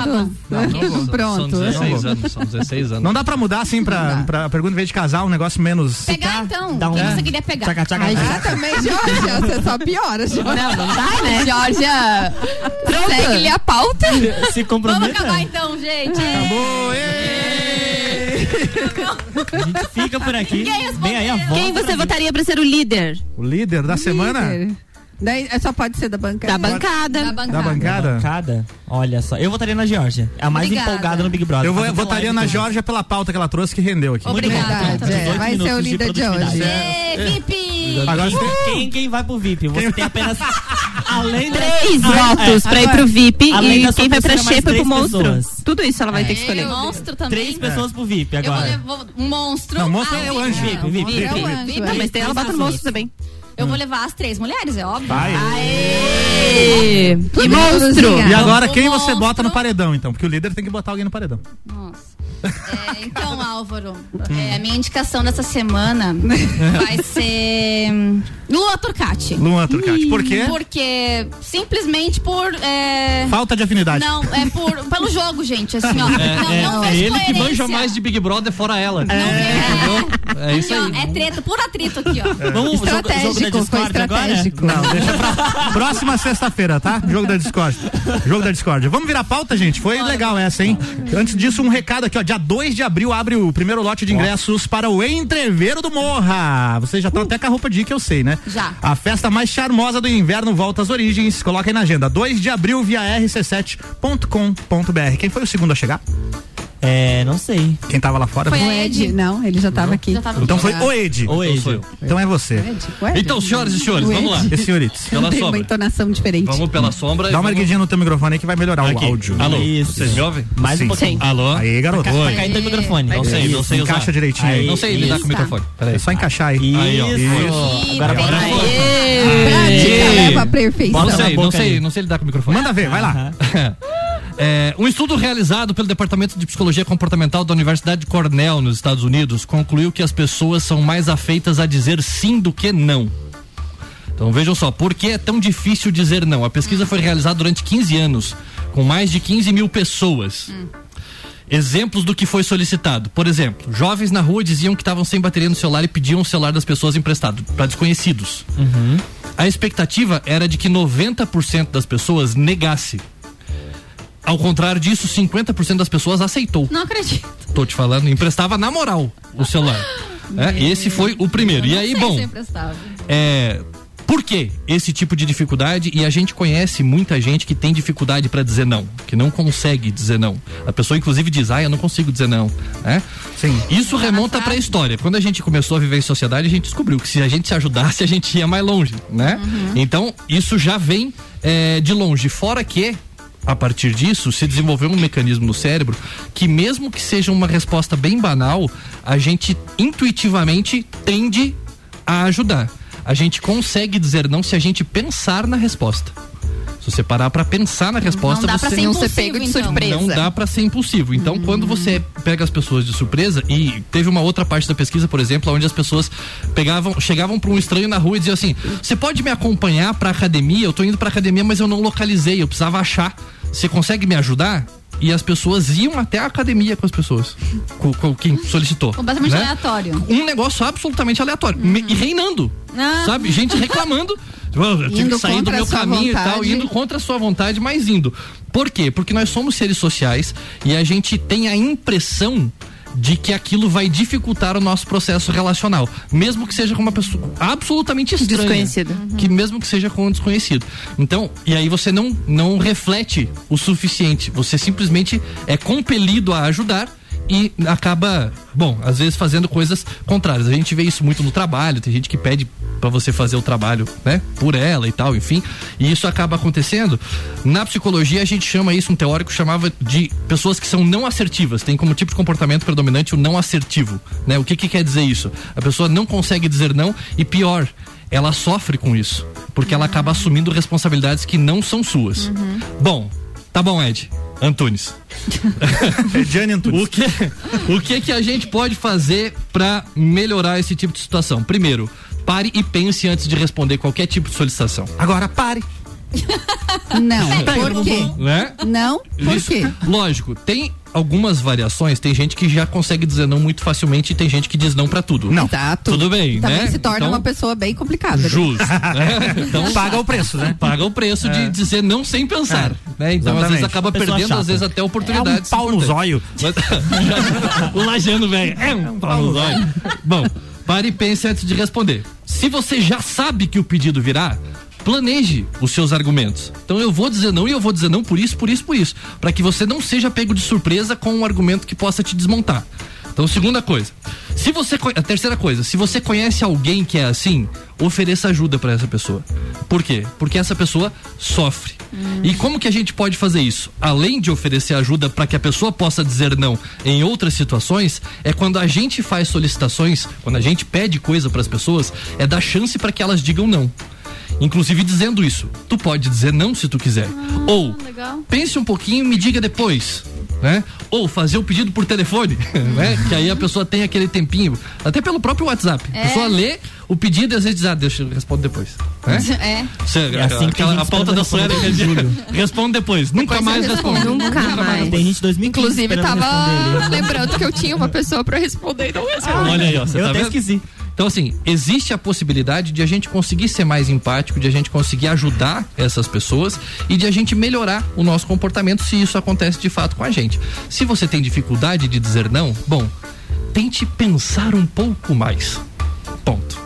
Speaker 6: tá bom.
Speaker 11: São
Speaker 9: Pronto.
Speaker 11: 16 anos. São 16 anos.
Speaker 2: Não dá pra mudar assim pra, pra pergunta em vez de casar, um negócio menos.
Speaker 6: Pegar então.
Speaker 10: dá um-
Speaker 6: Quem você queria pegar?
Speaker 10: Tchaca, tchaca,
Speaker 9: Ai,
Speaker 10: tchaca.
Speaker 9: já Ah, também, Georgia, você só piora, Georgia.
Speaker 7: Não, não dá,
Speaker 9: [LAUGHS]
Speaker 7: né?
Speaker 8: Georgia, segue-lhe a pauta.
Speaker 7: [LAUGHS]
Speaker 10: Se
Speaker 6: Vamos
Speaker 10: comprometa.
Speaker 2: né?
Speaker 6: acabar então, gente.
Speaker 2: Acabou,
Speaker 10: A gente fica por aqui. Vem aí a volta.
Speaker 7: Quem você votaria pra ser o líder
Speaker 2: O líder da semana?
Speaker 9: Líder. Daí é, só pode ser da bancada.
Speaker 7: da
Speaker 6: Da
Speaker 7: bancada?
Speaker 2: Da
Speaker 6: bancada.
Speaker 2: bancada?
Speaker 10: Cada. Olha só. Eu votaria na Georgia. É a mais
Speaker 6: Obrigada.
Speaker 10: empolgada no Big Brother.
Speaker 2: Eu vou-
Speaker 10: Fazendo
Speaker 2: votaria
Speaker 10: live
Speaker 2: na
Speaker 10: também.
Speaker 2: Jorge pela pauta que ela trouxe que rendeu aqui.
Speaker 10: Muito
Speaker 6: Obrigada.
Speaker 10: bom.
Speaker 9: Verdade, é.
Speaker 10: 18
Speaker 9: Vai ser o
Speaker 10: minutos
Speaker 9: líder de hoje.
Speaker 10: produtividade.
Speaker 6: Ê, Pipi!
Speaker 2: Agora você
Speaker 12: Uh!
Speaker 2: tem-
Speaker 10: Quem, quem vai pro VIP? Você tem apenas. [LAUGHS] Além da.
Speaker 7: Três
Speaker 10: Ah,
Speaker 7: votos pra ir pro VIP
Speaker 10: além da
Speaker 7: e
Speaker 10: sua
Speaker 7: quem vai pra
Speaker 10: terceira, mais
Speaker 7: Xepa e pro
Speaker 10: três
Speaker 7: monstro.
Speaker 10: pessoas.
Speaker 7: Tudo isso ela vai ter que
Speaker 6: Ei,
Speaker 7: escolher.
Speaker 6: o monstro
Speaker 10: Três
Speaker 2: É.
Speaker 6: também.
Speaker 10: pessoas pro VIP
Speaker 6: Eu vou
Speaker 10: agora.
Speaker 6: levar um monstro.
Speaker 2: Não, monstro
Speaker 6: a
Speaker 2: é o
Speaker 6: Lina.
Speaker 2: anjo.
Speaker 10: VIP, VIP,
Speaker 6: Monstro é o
Speaker 10: VIP.
Speaker 6: anjo,
Speaker 7: Não,
Speaker 6: é.
Speaker 7: mas tem ela bota no monstro também.
Speaker 6: Eu vou levar as três mulheres, é óbvio.
Speaker 2: Vai.
Speaker 7: Aê! E
Speaker 9: bem,
Speaker 7: monstro!
Speaker 9: Luzinha?
Speaker 2: E agora
Speaker 6: O
Speaker 2: quem você
Speaker 6: monstro.
Speaker 2: bota no paredão, então? Porque o líder tem que botar alguém no paredão.
Speaker 6: Nossa. É, então, Álvaro, é, a minha indicação dessa semana vai ser hum, Lua Turcati.
Speaker 2: Luan Turcati. Por quê?
Speaker 6: Porque simplesmente por. é,
Speaker 2: Falta de afinidade.
Speaker 6: não, é por, pelo jogo, gente. Assim, ó. não, não
Speaker 11: [LAUGHS] É
Speaker 6: vejo
Speaker 11: ele que
Speaker 6: coerência.
Speaker 11: manja mais de Big Brother fora ela. É,
Speaker 6: Não vejo.
Speaker 11: Entendeu? É isso
Speaker 6: Aqui, ó,
Speaker 11: aí.
Speaker 6: é treta, por atrito aqui, ó.
Speaker 10: Vamos jogo- jogo da
Speaker 9: Estratégico, foi
Speaker 10: discórdia agora?
Speaker 9: estratégico.
Speaker 2: Não, deixa
Speaker 6: [LAUGHS]
Speaker 2: pra próxima sexta-feira, tá? Jogo da Discord. Jogo da Discord. Vamos virar pauta, gente? Foi legal essa, hein? Antes disso, um recado aqui, ó. Dia 2 de abril abre o primeiro lote de ingressos para o Entreveiro do Morra. Vocês já estão até com a roupa de ir, que eu sei, né?
Speaker 6: Uh. Já.
Speaker 2: A festa mais charmosa do inverno volta às origens. Coloca aí na agenda. 2 de abril via rc7.com.br. Quem foi o segundo a chegar?
Speaker 10: É, não sei. é
Speaker 2: Quem tava lá fora?
Speaker 6: Foi
Speaker 9: O
Speaker 6: a
Speaker 9: Ed,
Speaker 6: Ed.
Speaker 9: não, ele já tava aqui.
Speaker 6: Já tava
Speaker 2: Então
Speaker 6: aqui.
Speaker 2: foi o Ed.
Speaker 10: Ou Ed.
Speaker 2: Então é você.
Speaker 9: Ed, o Ed.
Speaker 11: Então, senhoras e senhores,
Speaker 9: O
Speaker 11: vamos lá.
Speaker 9: Ed.
Speaker 2: E senhorites.
Speaker 11: Pela
Speaker 9: Tem uma
Speaker 11: sombra.
Speaker 9: entonação diferente.
Speaker 11: Vamos pela sombra. e
Speaker 2: Dá uma
Speaker 11: vamos-
Speaker 2: erguidinha no teu microfone aí que vai melhorar
Speaker 11: Aqui.
Speaker 2: o áudio.
Speaker 11: Alô,
Speaker 10: Isso.
Speaker 11: vocês me ouvem?
Speaker 10: Mais
Speaker 2: Sim.
Speaker 10: um pouquinho.
Speaker 2: Sim.
Speaker 11: Alô?
Speaker 2: Aí,
Speaker 11: Tá
Speaker 2: garoto.
Speaker 10: Vai cair teu microfone.
Speaker 11: Não sei, não sei usar.
Speaker 2: Encaixa direitinho aí.
Speaker 11: Não sei lidar com o microfone. Peraí.
Speaker 2: É só encaixar aí.
Speaker 11: Aí, ó.
Speaker 10: Isso. Agora
Speaker 2: Aí, ó.
Speaker 10: bora.
Speaker 9: Prática
Speaker 11: Ei.
Speaker 9: leva à perfeição.
Speaker 11: Não
Speaker 10: Bota
Speaker 11: né, sei,
Speaker 10: na boca
Speaker 11: não sei,
Speaker 10: aí.
Speaker 11: não sei lidar com o microfone.
Speaker 2: Manda ver, vai lá.
Speaker 10: Aham.
Speaker 11: [LAUGHS] É, um estudo realizado pelo Departamento de Psicologia Comportamental da Universidade de Cornell, nos Estados Unidos, concluiu que as pessoas são mais afeitas a dizer sim do que não. Então vejam só, por que é tão difícil dizer não? A pesquisa foi realizada durante 15 anos, com mais de 15 mil pessoas. Exemplos do que foi solicitado. Por exemplo, jovens na rua diziam que estavam sem bateria no celular e pediam o celular das pessoas emprestado para desconhecidos. A expectativa era de que 90% das pessoas negasse. Ao contrário disso, 50% das pessoas aceitou.
Speaker 6: Não acredito.
Speaker 11: Tô te falando, emprestava na moral
Speaker 6: [LAUGHS]
Speaker 11: o celular. É, esse foi o primeiro. E aí,
Speaker 6: Não sei
Speaker 11: bom,
Speaker 6: se é eu emprestava.
Speaker 11: é, por que esse tipo de dificuldade? E a gente conhece muita gente que tem dificuldade para dizer não, que não consegue dizer não. A pessoa, inclusive, diz, ah, eu não consigo dizer não. né?
Speaker 2: Sim.
Speaker 11: Isso remonta para a história. Quando a gente começou a viver em sociedade, a gente descobriu que se a gente se ajudasse, a gente ia mais longe, né? Então, isso já vem eh, de longe. Fora que, a partir disso, se desenvolveu um mecanismo no cérebro que, mesmo que seja uma resposta bem banal, a gente intuitivamente tende a ajudar. A gente consegue dizer não se a gente pensar na resposta. Se você parar pra pensar na resposta,
Speaker 8: dá
Speaker 11: você
Speaker 8: pra ser Não ser impulsivo, pego de então. Hum. surpresa.
Speaker 11: Não dá pra ser impulsivo. Então, quando você pega as pessoas de surpresa e teve uma outra parte da pesquisa, por exemplo, onde as pessoas pegavam, chegavam pra um estranho na rua e diziam assim: "Você pode me acompanhar pra academia? Eu tô indo pra academia, mas eu não localizei, eu precisava achar. Você consegue me ajudar?" E as pessoas iam até a academia com as pessoas, com, com quem solicitou.
Speaker 6: Completamente
Speaker 11: né?
Speaker 6: aleatório.
Speaker 11: um negócio absolutamente aleatório. Me- E reinando.
Speaker 6: Uhum. Ah.
Speaker 11: Sabe? Gente
Speaker 6: [LAUGHS]
Speaker 11: reclamando. Tipo, "Ah, eu tive
Speaker 6: Indo
Speaker 11: que sair do
Speaker 6: contra a
Speaker 11: meu
Speaker 6: sua
Speaker 11: caminho e tal.
Speaker 6: vontade.
Speaker 11: Indo contra a sua vontade, mas indo. Por quê? Porque nós somos seres sociais e a gente tem a impressão de que aquilo vai dificultar o nosso processo relacional, mesmo que seja com uma pessoa absolutamente estranha,
Speaker 7: Desconhecida.
Speaker 11: que mesmo que seja com um desconhecido. Então, e aí você não não reflete o suficiente, você simplesmente é compelido a ajudar e acaba, bom, às vezes fazendo coisas contrárias. A gente vê isso muito no trabalho, tem gente que pede pra você fazer o trabalho, né, por ela e tal, enfim, e isso acaba acontecendo. Na psicologia a gente chama isso, um teórico chamava de pessoas que são não assertivas, tem como tipo de comportamento predominante o não assertivo, né? O que que quer dizer isso? A pessoa não consegue dizer não e pior, ela sofre com isso, porque ela acaba assumindo responsabilidades que não são suas.
Speaker 4: Uhum.
Speaker 11: Bom, tá bom, Ed. Antunes.
Speaker 2: Gianni Antunes.
Speaker 11: O que, o que que a gente pode fazer pra melhorar esse tipo de situação? Primeiro, pare e pense antes de responder qualquer tipo de solicitação.
Speaker 2: Agora pare.
Speaker 4: Não,
Speaker 11: Tá
Speaker 4: por
Speaker 11: indo
Speaker 4: quê?
Speaker 11: bom, Né?
Speaker 4: Não, um por
Speaker 11: Isso- Né?
Speaker 4: quê?
Speaker 11: Lógico, tem algumas variações, tem gente que já consegue dizer não muito facilmente e tem gente que diz não pra tudo.
Speaker 4: Não. Tá, tudo.
Speaker 11: Tudo bem,
Speaker 4: Também
Speaker 11: né?
Speaker 4: se torna
Speaker 11: Então,
Speaker 4: uma pessoa bem complicada. né? [LAUGHS]
Speaker 2: [LAUGHS]
Speaker 11: Justo. né? Então,
Speaker 2: Paga o preço, né? É,
Speaker 11: Paga o preço de dizer não sem pensar. né? Então, às vezes
Speaker 2: exatamente.
Speaker 11: acaba
Speaker 2: Pessoa
Speaker 11: perdendo,
Speaker 2: chata.
Speaker 11: às vezes até
Speaker 2: É um
Speaker 11: oportunidades.
Speaker 2: pau no
Speaker 11: importantes.
Speaker 2: zóio.
Speaker 11: [LAUGHS] Mas- o Lajano, velho. É um pau no zóio. Bom, pare e pense antes de responder. Se você já sabe que o pedido virá, planeje os seus argumentos. Então eu vou dizer não e eu vou dizer não por isso, por isso, por isso. Pra que você não seja pego de surpresa com um argumento que possa te desmontar. Então, segunda coisa. Se você co- a terceira coisa, se você conhece alguém que é assim, ofereça ajuda pra essa pessoa. Por quê? Porque essa pessoa sofre. E como que a gente pode fazer isso? Além de oferecer ajuda para que a pessoa possa dizer não em outras situações, é quando a gente faz solicitações, quando a gente pede coisa para as pessoas, é dar chance para que elas digam não. Inclusive dizendo isso, tu pode dizer não se tu quiser. Ou
Speaker 6: legal.
Speaker 11: pense um pouquinho e me diga depois. Né? Ou fazer o pedido por telefone, [LAUGHS] né? Que aí a pessoa tem aquele tempinho, até pelo próprio WhatsApp. A
Speaker 6: É.
Speaker 11: pessoa lê o pedido e às vezes diz, ah, deixa eu respondo depois.
Speaker 8: [LAUGHS]
Speaker 11: Né?
Speaker 6: É.
Speaker 11: Você-
Speaker 10: É assim que
Speaker 11: aquela-
Speaker 10: a gente
Speaker 11: a pauta da
Speaker 10: escreve
Speaker 11: Sueli
Speaker 10: a
Speaker 11: que é de- [LAUGHS] Responde depois. Nunca
Speaker 8: Depois
Speaker 11: mais
Speaker 8: eu
Speaker 11: responde.
Speaker 8: respondo. Nunca mais.
Speaker 10: Tem gente de 2015
Speaker 8: Inclusive,
Speaker 10: esperando responder
Speaker 8: tava
Speaker 10: ali.
Speaker 8: lembrando que eu tinha uma pessoa pra responder e não respondi.
Speaker 11: Olha aí, ó. Você
Speaker 10: Eu
Speaker 11: tá
Speaker 10: até
Speaker 11: vendo?
Speaker 10: esqueci.
Speaker 11: Então, assim, existe a possibilidade de a gente conseguir ser mais empático, de a gente conseguir ajudar essas pessoas e de a gente melhorar o nosso comportamento se isso acontece de fato com a gente. Se você tem dificuldade de dizer não, bom, tente pensar um pouco mais. Ponto.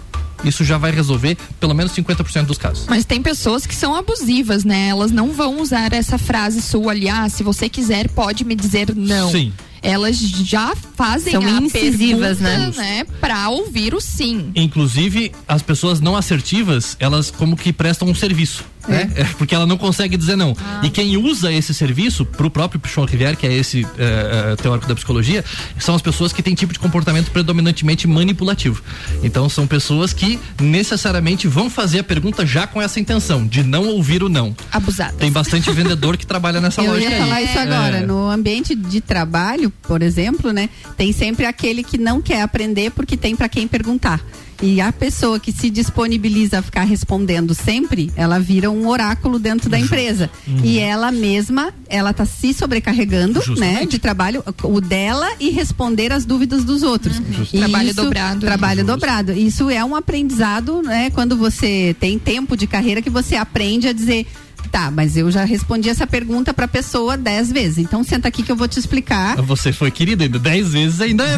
Speaker 11: Isso já vai resolver pelo menos 50% dos casos.
Speaker 8: Mas tem pessoas que são abusivas, né? Elas não vão usar essa frase sua ali, ah, se você quiser, pode me dizer não.
Speaker 11: Sim.
Speaker 8: Elas já fazem
Speaker 7: São
Speaker 8: a
Speaker 7: incisivas,
Speaker 8: pergunta,
Speaker 7: né?
Speaker 8: né? Pra ouvir o sim.
Speaker 11: Inclusive, as pessoas não assertivas, elas como que prestam um serviço. Né? É, porque ela não consegue dizer não.
Speaker 4: Ah.
Speaker 11: E quem usa esse serviço, pro próprio Pichon Rivière, que é esse é, é, teórico da psicologia, são as pessoas que têm tipo de comportamento predominantemente manipulativo. Então são pessoas que necessariamente vão fazer a pergunta já com essa intenção, de não ouvir o não.
Speaker 8: Abusadas.
Speaker 4: [LAUGHS]
Speaker 11: Tem bastante vendedor que trabalha nessa
Speaker 4: Eu
Speaker 11: lógica
Speaker 4: ia falar
Speaker 11: aí.
Speaker 4: isso agora.
Speaker 11: É.
Speaker 4: No ambiente de trabalho, por exemplo, né? Tem sempre aquele que não quer aprender porque tem para quem perguntar. E a pessoa que se disponibiliza a ficar respondendo sempre, ela vira um oráculo dentro da empresa. E
Speaker 11: Uhum.
Speaker 4: ela mesma, ela tá se sobrecarregando, né,
Speaker 11: Justamente.
Speaker 4: de trabalho, o dela e responder as dúvidas dos outros. E
Speaker 8: Trabalho dobrado.
Speaker 4: Trabalho dobrado. Isso é um aprendizado, né, quando você tem tempo de carreira que você aprende a dizer Tá, mas eu já respondi essa pergunta pra pessoa dez vezes. Então senta aqui que eu vou te explicar.
Speaker 11: Você foi querido ainda dez vezes, ainda é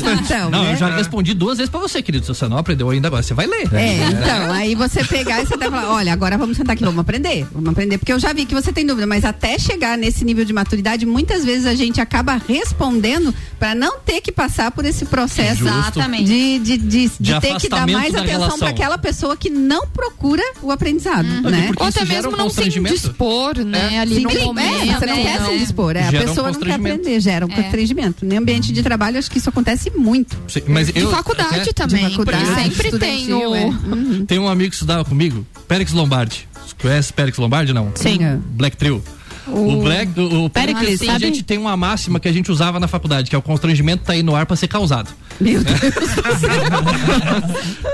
Speaker 4: [LAUGHS] Então,
Speaker 11: não,
Speaker 4: né?
Speaker 11: eu já respondi duas vezes pra você, querido. Se você não aprendeu ainda agora, você vai ler.
Speaker 4: É, então, aí você pegar e você até falar, olha, agora vamos sentar aqui, vamos aprender, vamos aprender, porque eu já vi que você tem dúvida, mas até chegar nesse nível de maturidade, muitas vezes a gente acaba respondendo pra não ter que passar por esse processo
Speaker 6: Exatamente.
Speaker 4: de, de, de, de
Speaker 11: De
Speaker 4: ter que dar
Speaker 11: afastamento
Speaker 4: mais
Speaker 11: da
Speaker 4: atenção
Speaker 11: relação.
Speaker 4: pra aquela pessoa que não procura o aprendizado,
Speaker 11: E
Speaker 4: né?
Speaker 11: por que
Speaker 8: Uhum. Ou
Speaker 11: isso
Speaker 8: até
Speaker 11: gera
Speaker 8: mesmo
Speaker 11: um
Speaker 8: não se
Speaker 11: constrangimento?
Speaker 8: indispor, né? Ali
Speaker 4: Sim,
Speaker 8: no
Speaker 4: sim,
Speaker 8: momento.
Speaker 4: é, você não
Speaker 8: né?
Speaker 4: quer se indispor, é, a
Speaker 11: Gera um
Speaker 4: pessoa não quer
Speaker 11: constrangimento.
Speaker 4: aprender, gera um
Speaker 6: É.
Speaker 4: constrangimento. No ambiente de trabalho, acho que isso acontece muito.
Speaker 11: Sim, mas
Speaker 8: De
Speaker 11: eu É,
Speaker 8: faculdade
Speaker 11: até-
Speaker 8: também,
Speaker 4: é, faculdade,
Speaker 8: porque sempre
Speaker 4: estudantil,
Speaker 8: tem o...
Speaker 4: é.
Speaker 11: Tem um amigo que estudava comigo, Périx Lombardi. Conhece Périx Lombardi, não?
Speaker 4: Sim.
Speaker 11: Black Trio. O,
Speaker 4: O-
Speaker 11: Black. O, o
Speaker 4: Péricles,
Speaker 11: a
Speaker 4: sabe?
Speaker 11: gente tem uma máxima que a gente usava na faculdade, que é o constrangimento tá aí no ar pra ser causado. [LAUGHS]
Speaker 4: Meu Deus.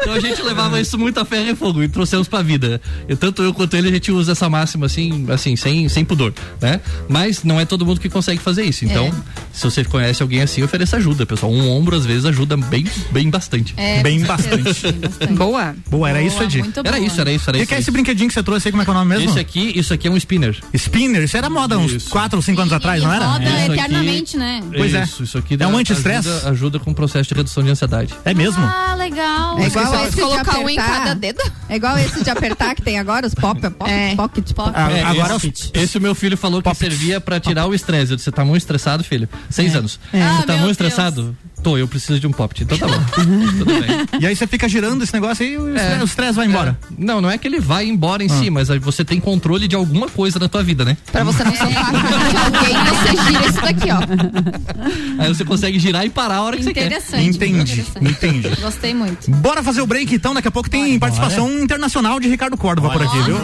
Speaker 11: então a gente levava isso muito a ferro e fogo e trouxemos pra vida. E tanto eu quanto ele, a gente usa essa máxima assim, assim, sem, sem pudor, né? Mas não é todo mundo que consegue fazer isso. Então,
Speaker 6: É.
Speaker 11: se você conhece alguém assim, ofereça ajuda, pessoal. Um ombro, às vezes, ajuda bem, bem bastante.
Speaker 6: É,
Speaker 2: Bem
Speaker 6: com certeza,
Speaker 2: bastante.
Speaker 8: Boa.
Speaker 2: Boa, era isso, Edi?
Speaker 6: muito
Speaker 11: Era
Speaker 6: boa.
Speaker 11: isso, era isso, era
Speaker 2: E
Speaker 11: isso.
Speaker 2: que é esse brinquedinho que você trouxe aí, como é que é o nome mesmo?
Speaker 11: Esse aqui, isso aqui é um spinner.
Speaker 2: Spinner, isso era moda uns 4 ou 5 anos atrás, não era?
Speaker 6: roda
Speaker 11: Isso aqui-
Speaker 6: eternamente, né?
Speaker 2: Pois é.
Speaker 11: Isso, isso aqui
Speaker 2: É um anti-estresse?
Speaker 11: Ajuda, ajuda com o processo de redução de ansiedade.
Speaker 2: É mesmo?
Speaker 6: Ah, legal.
Speaker 4: É igual
Speaker 8: Só
Speaker 4: esse de
Speaker 8: colocar um em
Speaker 4: apertar.
Speaker 8: cada dedo. É.
Speaker 4: É igual esse de apertar que tem agora, os pop, é pop, É, pocket, pocket.
Speaker 2: Ah, agora
Speaker 11: É, esse,
Speaker 2: os-
Speaker 11: esse meu filho falou que servia pra tirar o estresse. Eu disse, você tá muito estressado, filho? Seis anos.
Speaker 6: Ah,
Speaker 11: Você tá
Speaker 6: meu
Speaker 11: muito
Speaker 6: Deus.
Speaker 11: estressado? Tô, eu preciso de um pop. Então tá bom. [LAUGHS] Tudo bem.
Speaker 2: E aí você fica girando esse negócio aí e o estresse- o estresse vai embora. Ah.
Speaker 11: Não, não é que ele vai embora em si, mas aí você tem controle de alguma coisa na tua vida, né?
Speaker 8: Pra você não sofrer com a cara de alguém, você gira isso daqui, ó.
Speaker 11: Aí você consegue girar e parar a hora que você quer.
Speaker 6: Interessante. muito
Speaker 2: Entendi,
Speaker 6: interessante.
Speaker 2: entendi.
Speaker 6: Gostei muito.
Speaker 2: Bora fazer o break então, daqui a pouco tem participação internacional de Ricardo Córdova por aqui, viu?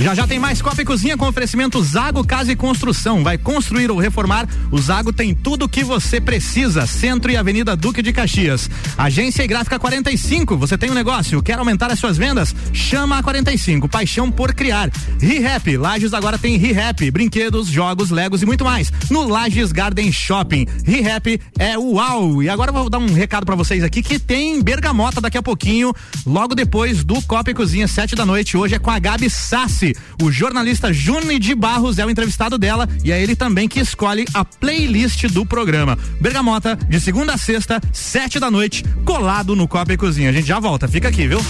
Speaker 2: Já já tem mais Copa e Cozinha com oferecimento Zago Casa e Construção. Vai construir ou reformar? O Zago tem tudo o que você precisa. Centro e Avenida Duque de Caxias. Agência e Gráfica 45. Você tem um negócio? Quer aumentar as suas vendas? Chama a 45. Paixão por criar. ReHap. Lages agora tem ReHap. Brinquedos, jogos, legos e muito mais. No Lages Garden Shopping. ReHap é uau. E agora eu vou dar um recado pra vocês aqui que tem bergamota daqui a pouquinho, logo depois do Copa e Cozinha, sete da noite. Hoje é com a Gabi Sassi. O jornalista Juni de Barros é o entrevistado dela e é ele também que escolhe a playlist do programa. Bergamota, de segunda a sexta, sete da noite, colado no Copa e Cozinha. A gente já volta, fica aqui, viu?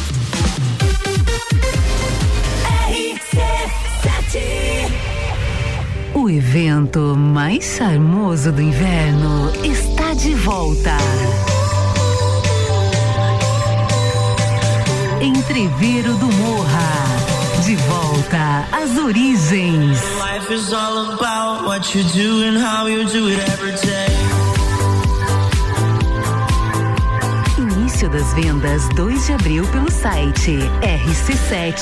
Speaker 1: [LAUGHS] O evento mais charmoso do inverno está de volta. Entreveiro do Morra. De volta às origens.
Speaker 13: Life is all about what you do and how you do it every day.
Speaker 1: Início das vendas 2 de abril pelo site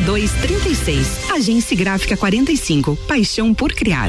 Speaker 14: 2236. Agência Gráfica 45. Paixão por criar.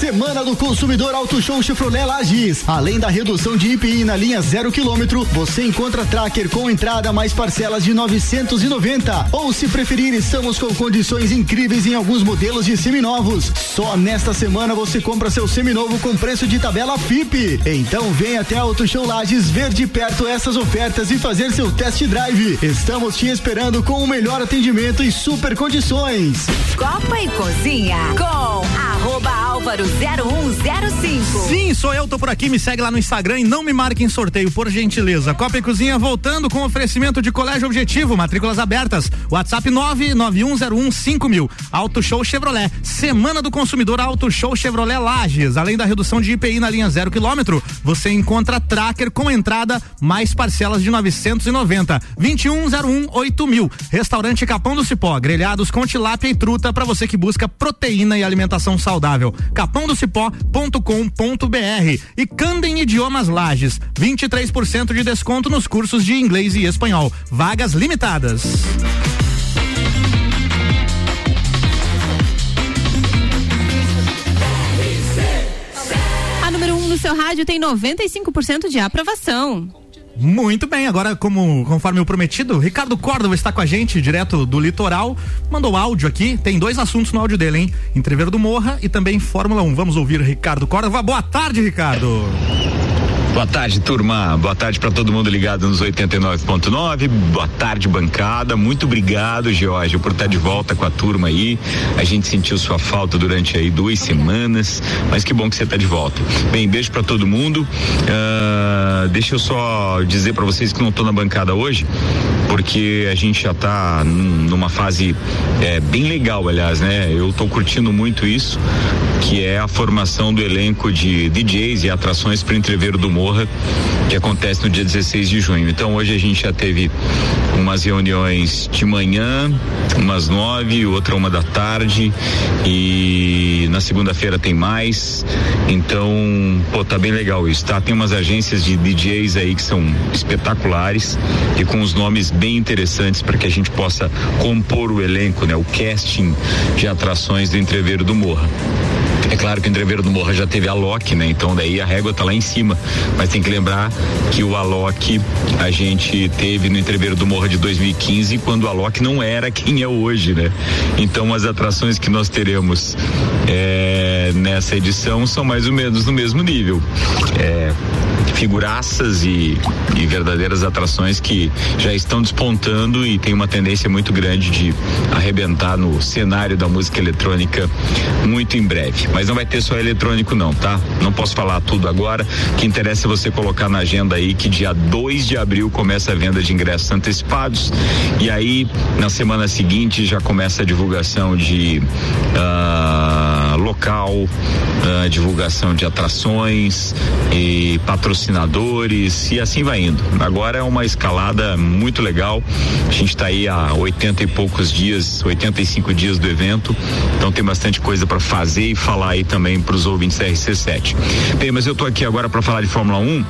Speaker 15: Semana do Consumidor Auto Show Chevrolet Lages. Além da redução de IPI na linha 0 km, você encontra Tracker com entrada mais parcelas de 990. Ou se preferir, estamos com condições incríveis em alguns modelos de seminovos. Só nesta semana você compra seu seminovo com preço de tabela FIP. Então vem até a Auto Show Lages ver de perto essas ofertas e fazer seu test drive. Estamos te esperando com o melhor atendimento e super condições.
Speaker 16: Copa e Cozinha com arroba Álvaro 0105.
Speaker 2: Sim, sou eu, tô por aqui, me segue lá no Instagram e não me marque em sorteio, por gentileza. Copa e Cozinha voltando com oferecimento de Colégio Objetivo, matrículas abertas, WhatsApp 991015000. Auto Show Chevrolet, Semana do Consumidor Auto Show Chevrolet Lages. Além da redução de IPI na linha zero quilômetro, você encontra Tracker com entrada, mais parcelas de 990. 21018000. Restaurante Capão do Cipó, grelhados com tilápia e truta para você que busca proteína e alimentação saudável capondocipó.com.br e Candem Idiomas Lages, 23% de desconto nos cursos de inglês e espanhol. Vagas limitadas.
Speaker 7: A número 1 um no seu rádio tem 95% de aprovação.
Speaker 2: Muito bem, agora como conforme o prometido, Ricardo Córdova está com a gente direto do litoral, mandou um áudio aqui, tem dois assuntos no áudio dele, hein? Entreveiro do Morra e também Fórmula 1. Vamos ouvir Ricardo Córdova. Boa tarde, Ricardo.
Speaker 17: Boa tarde, turma. Boa tarde para todo mundo ligado nos 89.9. Boa tarde, bancada. Muito obrigado, George, por estar de volta com a turma aí. A gente sentiu sua falta durante aí duas tá semanas, mas que bom que você está de volta. Bem, beijo para todo mundo. Ah, deixa eu só dizer para vocês que não tô na bancada hoje, porque a gente já tá num- numa fase é, bem legal, aliás, né? Eu tô curtindo muito isso, que é a formação do elenco de DJs e atrações para o entreveiro do Morra, que acontece no dia 16 de junho. Então hoje a gente já teve umas reuniões de manhã, umas nove, outra uma da tarde e na segunda-feira tem mais. Então, pô, tá bem legal isso, tá? Tem umas agências de DJs aí que são espetaculares e com os nomes bem interessantes para que a gente possa compor o elenco, né? O casting de atrações do Entreveiro do Morra. É claro que o Entreveiro do Morra já teve a Loki, né? Então daí a régua tá lá em cima. Mas tem que lembrar que o Alok a gente teve no Entreveiro do Morra de 2015, quando o Alok não era quem é hoje, né? Então as atrações que nós teremos eh, nessa edição são mais ou menos no mesmo nível. É, figuraças e, e verdadeiras atrações que já estão despontando e tem uma tendência muito grande de arrebentar no cenário da música eletrônica muito em breve. Mas não vai ter só eletrônico não, tá? Não posso falar tudo agora. O que interessa é você colocar na agenda aí que dia 2 de abril começa a venda de ingressos antecipados e aí na semana seguinte já começa a divulgação de ah, local, ah, divulgação de atrações e patrocinadores e assim vai indo. Agora é uma escalada muito legal. A gente está aí há 80 e poucos dias, 85 dias do evento, então tem bastante coisa para fazer e falar aí também para os ouvintes da RC7. Bem, mas eu tô aqui agora para falar de Fórmula 1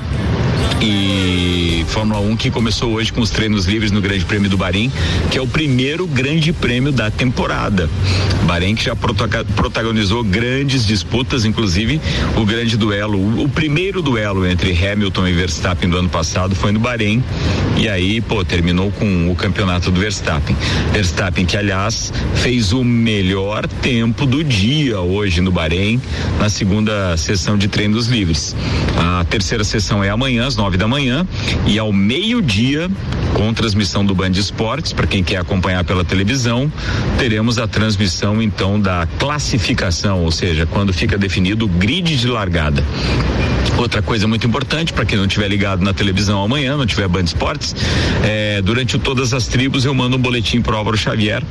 Speaker 17: e Fórmula 1 que começou hoje com os treinos livres no Grande Prêmio do Bahrein, que é o primeiro grande prêmio da temporada. Bahrein que já protoca- protagonizou grandes disputas, inclusive o grande duelo, o- o primeiro duelo entre Hamilton e Verstappen do ano passado foi no Bahrein e aí, pô, terminou com o campeonato do Verstappen. Verstappen que, aliás, fez o melhor tempo do dia hoje no Bahrein, na segunda sessão de treinos livres. A terceira sessão é amanhã, às nove da manhã, e ao meio-dia, com transmissão do Band Esportes, para quem quer acompanhar pela televisão, teremos a transmissão então da classificação, ou seja, quando fica definido o grid de largada. Outra coisa muito importante para quem não tiver ligado na televisão amanhã, não tiver Band Esportes, é, durante o todas as tribos eu mando um boletim pro Álvaro Xavier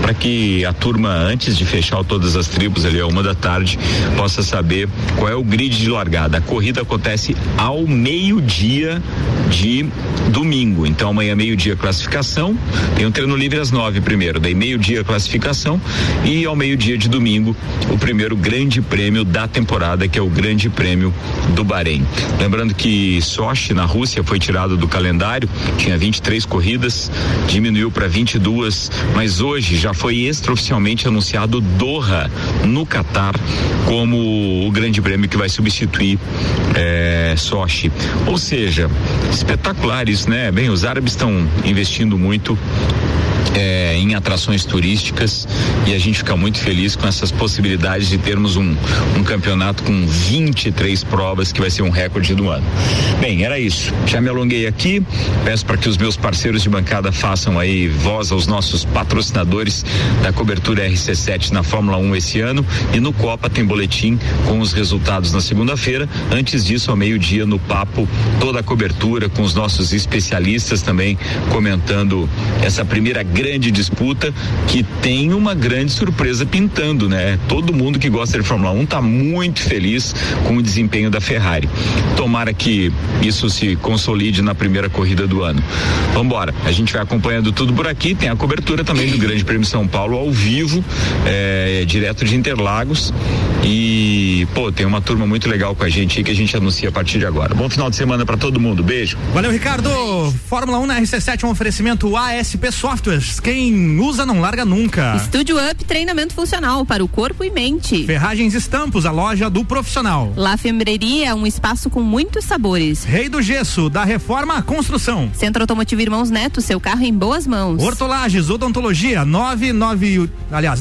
Speaker 17: para que a turma antes de fechar o todas as tribos ali a uma da tarde possa saber qual é o grid de largada. A corrida acontece ao meio-dia de domingo. Então amanhã meio-dia classificação, tem um treino livre às nove primeiro, daí meio-dia classificação e ao meio-dia de domingo o primeiro grande prêmio da temporada que é o Grande Prêmio do Bahrein. Lembrando que Sochi na Rússia foi tirado do calendário, tinha 23 corridas, diminuiu para 22, mas hoje já foi extraoficialmente anunciado Doha no Catar como o Grande Prêmio que vai substituir eh, Sochi. Ou seja, espetacular isso, né? Bem, os árabes estão investindo muito é, em atrações turísticas e a gente fica muito feliz com essas possibilidades de termos um, um campeonato com 23 provas que vai ser um recorde do ano. Bem, era isso. Já me alonguei aqui. Peço para que os meus parceiros de bancada façam aí voz aos nossos patrocinadores da cobertura RC7 na Fórmula 1 esse ano e no Copa tem boletim com os resultados na segunda-feira. Antes disso, ao meio-dia no papo, toda a cobertura com os nossos especialistas também comentando essa primeira grande disputa que tem uma grande surpresa pintando, né? Todo mundo que gosta de Fórmula 1 tá muito feliz com o desempenho da Ferrari. Tomara que isso se consolide na primeira corrida do ano. Vambora, a gente vai acompanhando tudo por aqui, tem a cobertura também do Grande Prêmio São Paulo ao vivo, eh, direto de Interlagos e, pô, tem uma turma muito legal com a gente aí que a gente anuncia a partir de agora. Bom final de semana para todo mundo, beijo.
Speaker 2: Valeu, Ricardo! Fórmula 1 na RC7 é um oferecimento ASP Softwares. Quem usa não larga nunca.
Speaker 7: Estúdio Up, treinamento funcional para o corpo e mente.
Speaker 2: Ferragens Estampos, a loja do profissional.
Speaker 7: La Fembreria, um espaço com muitos sabores.
Speaker 2: Rei do Gesso, da Reforma à Construção.
Speaker 7: Centro Automotivo Irmãos Neto, seu carro em boas mãos.
Speaker 2: Hortolages, odontologia, 99, aliás,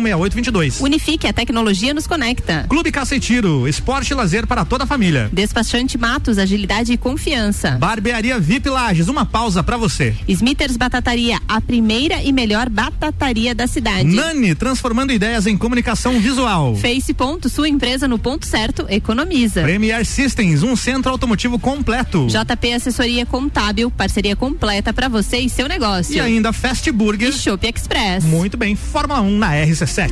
Speaker 2: 998216822.
Speaker 7: Unifique, a tecnologia nos conecta.
Speaker 2: Clube Cacetiro, esporte e lazer para toda a família.
Speaker 7: Despachante Matos, agilidade e confiança.
Speaker 2: Barbearia VIP Lages, uma pausa para você.
Speaker 7: Smithers Batataria, Olha, a primeira e melhor batataria da cidade.
Speaker 2: Nani, transformando ideias em comunicação visual.
Speaker 7: Face ponto, sua empresa no ponto certo, economiza.
Speaker 2: Premier Systems, um centro automotivo completo.
Speaker 7: JP Assessoria Contábil, parceria completa para você e seu negócio.
Speaker 2: E ainda Fast Burger.
Speaker 7: E Shop Express.
Speaker 2: Muito bem, Fórmula 1 na RC7.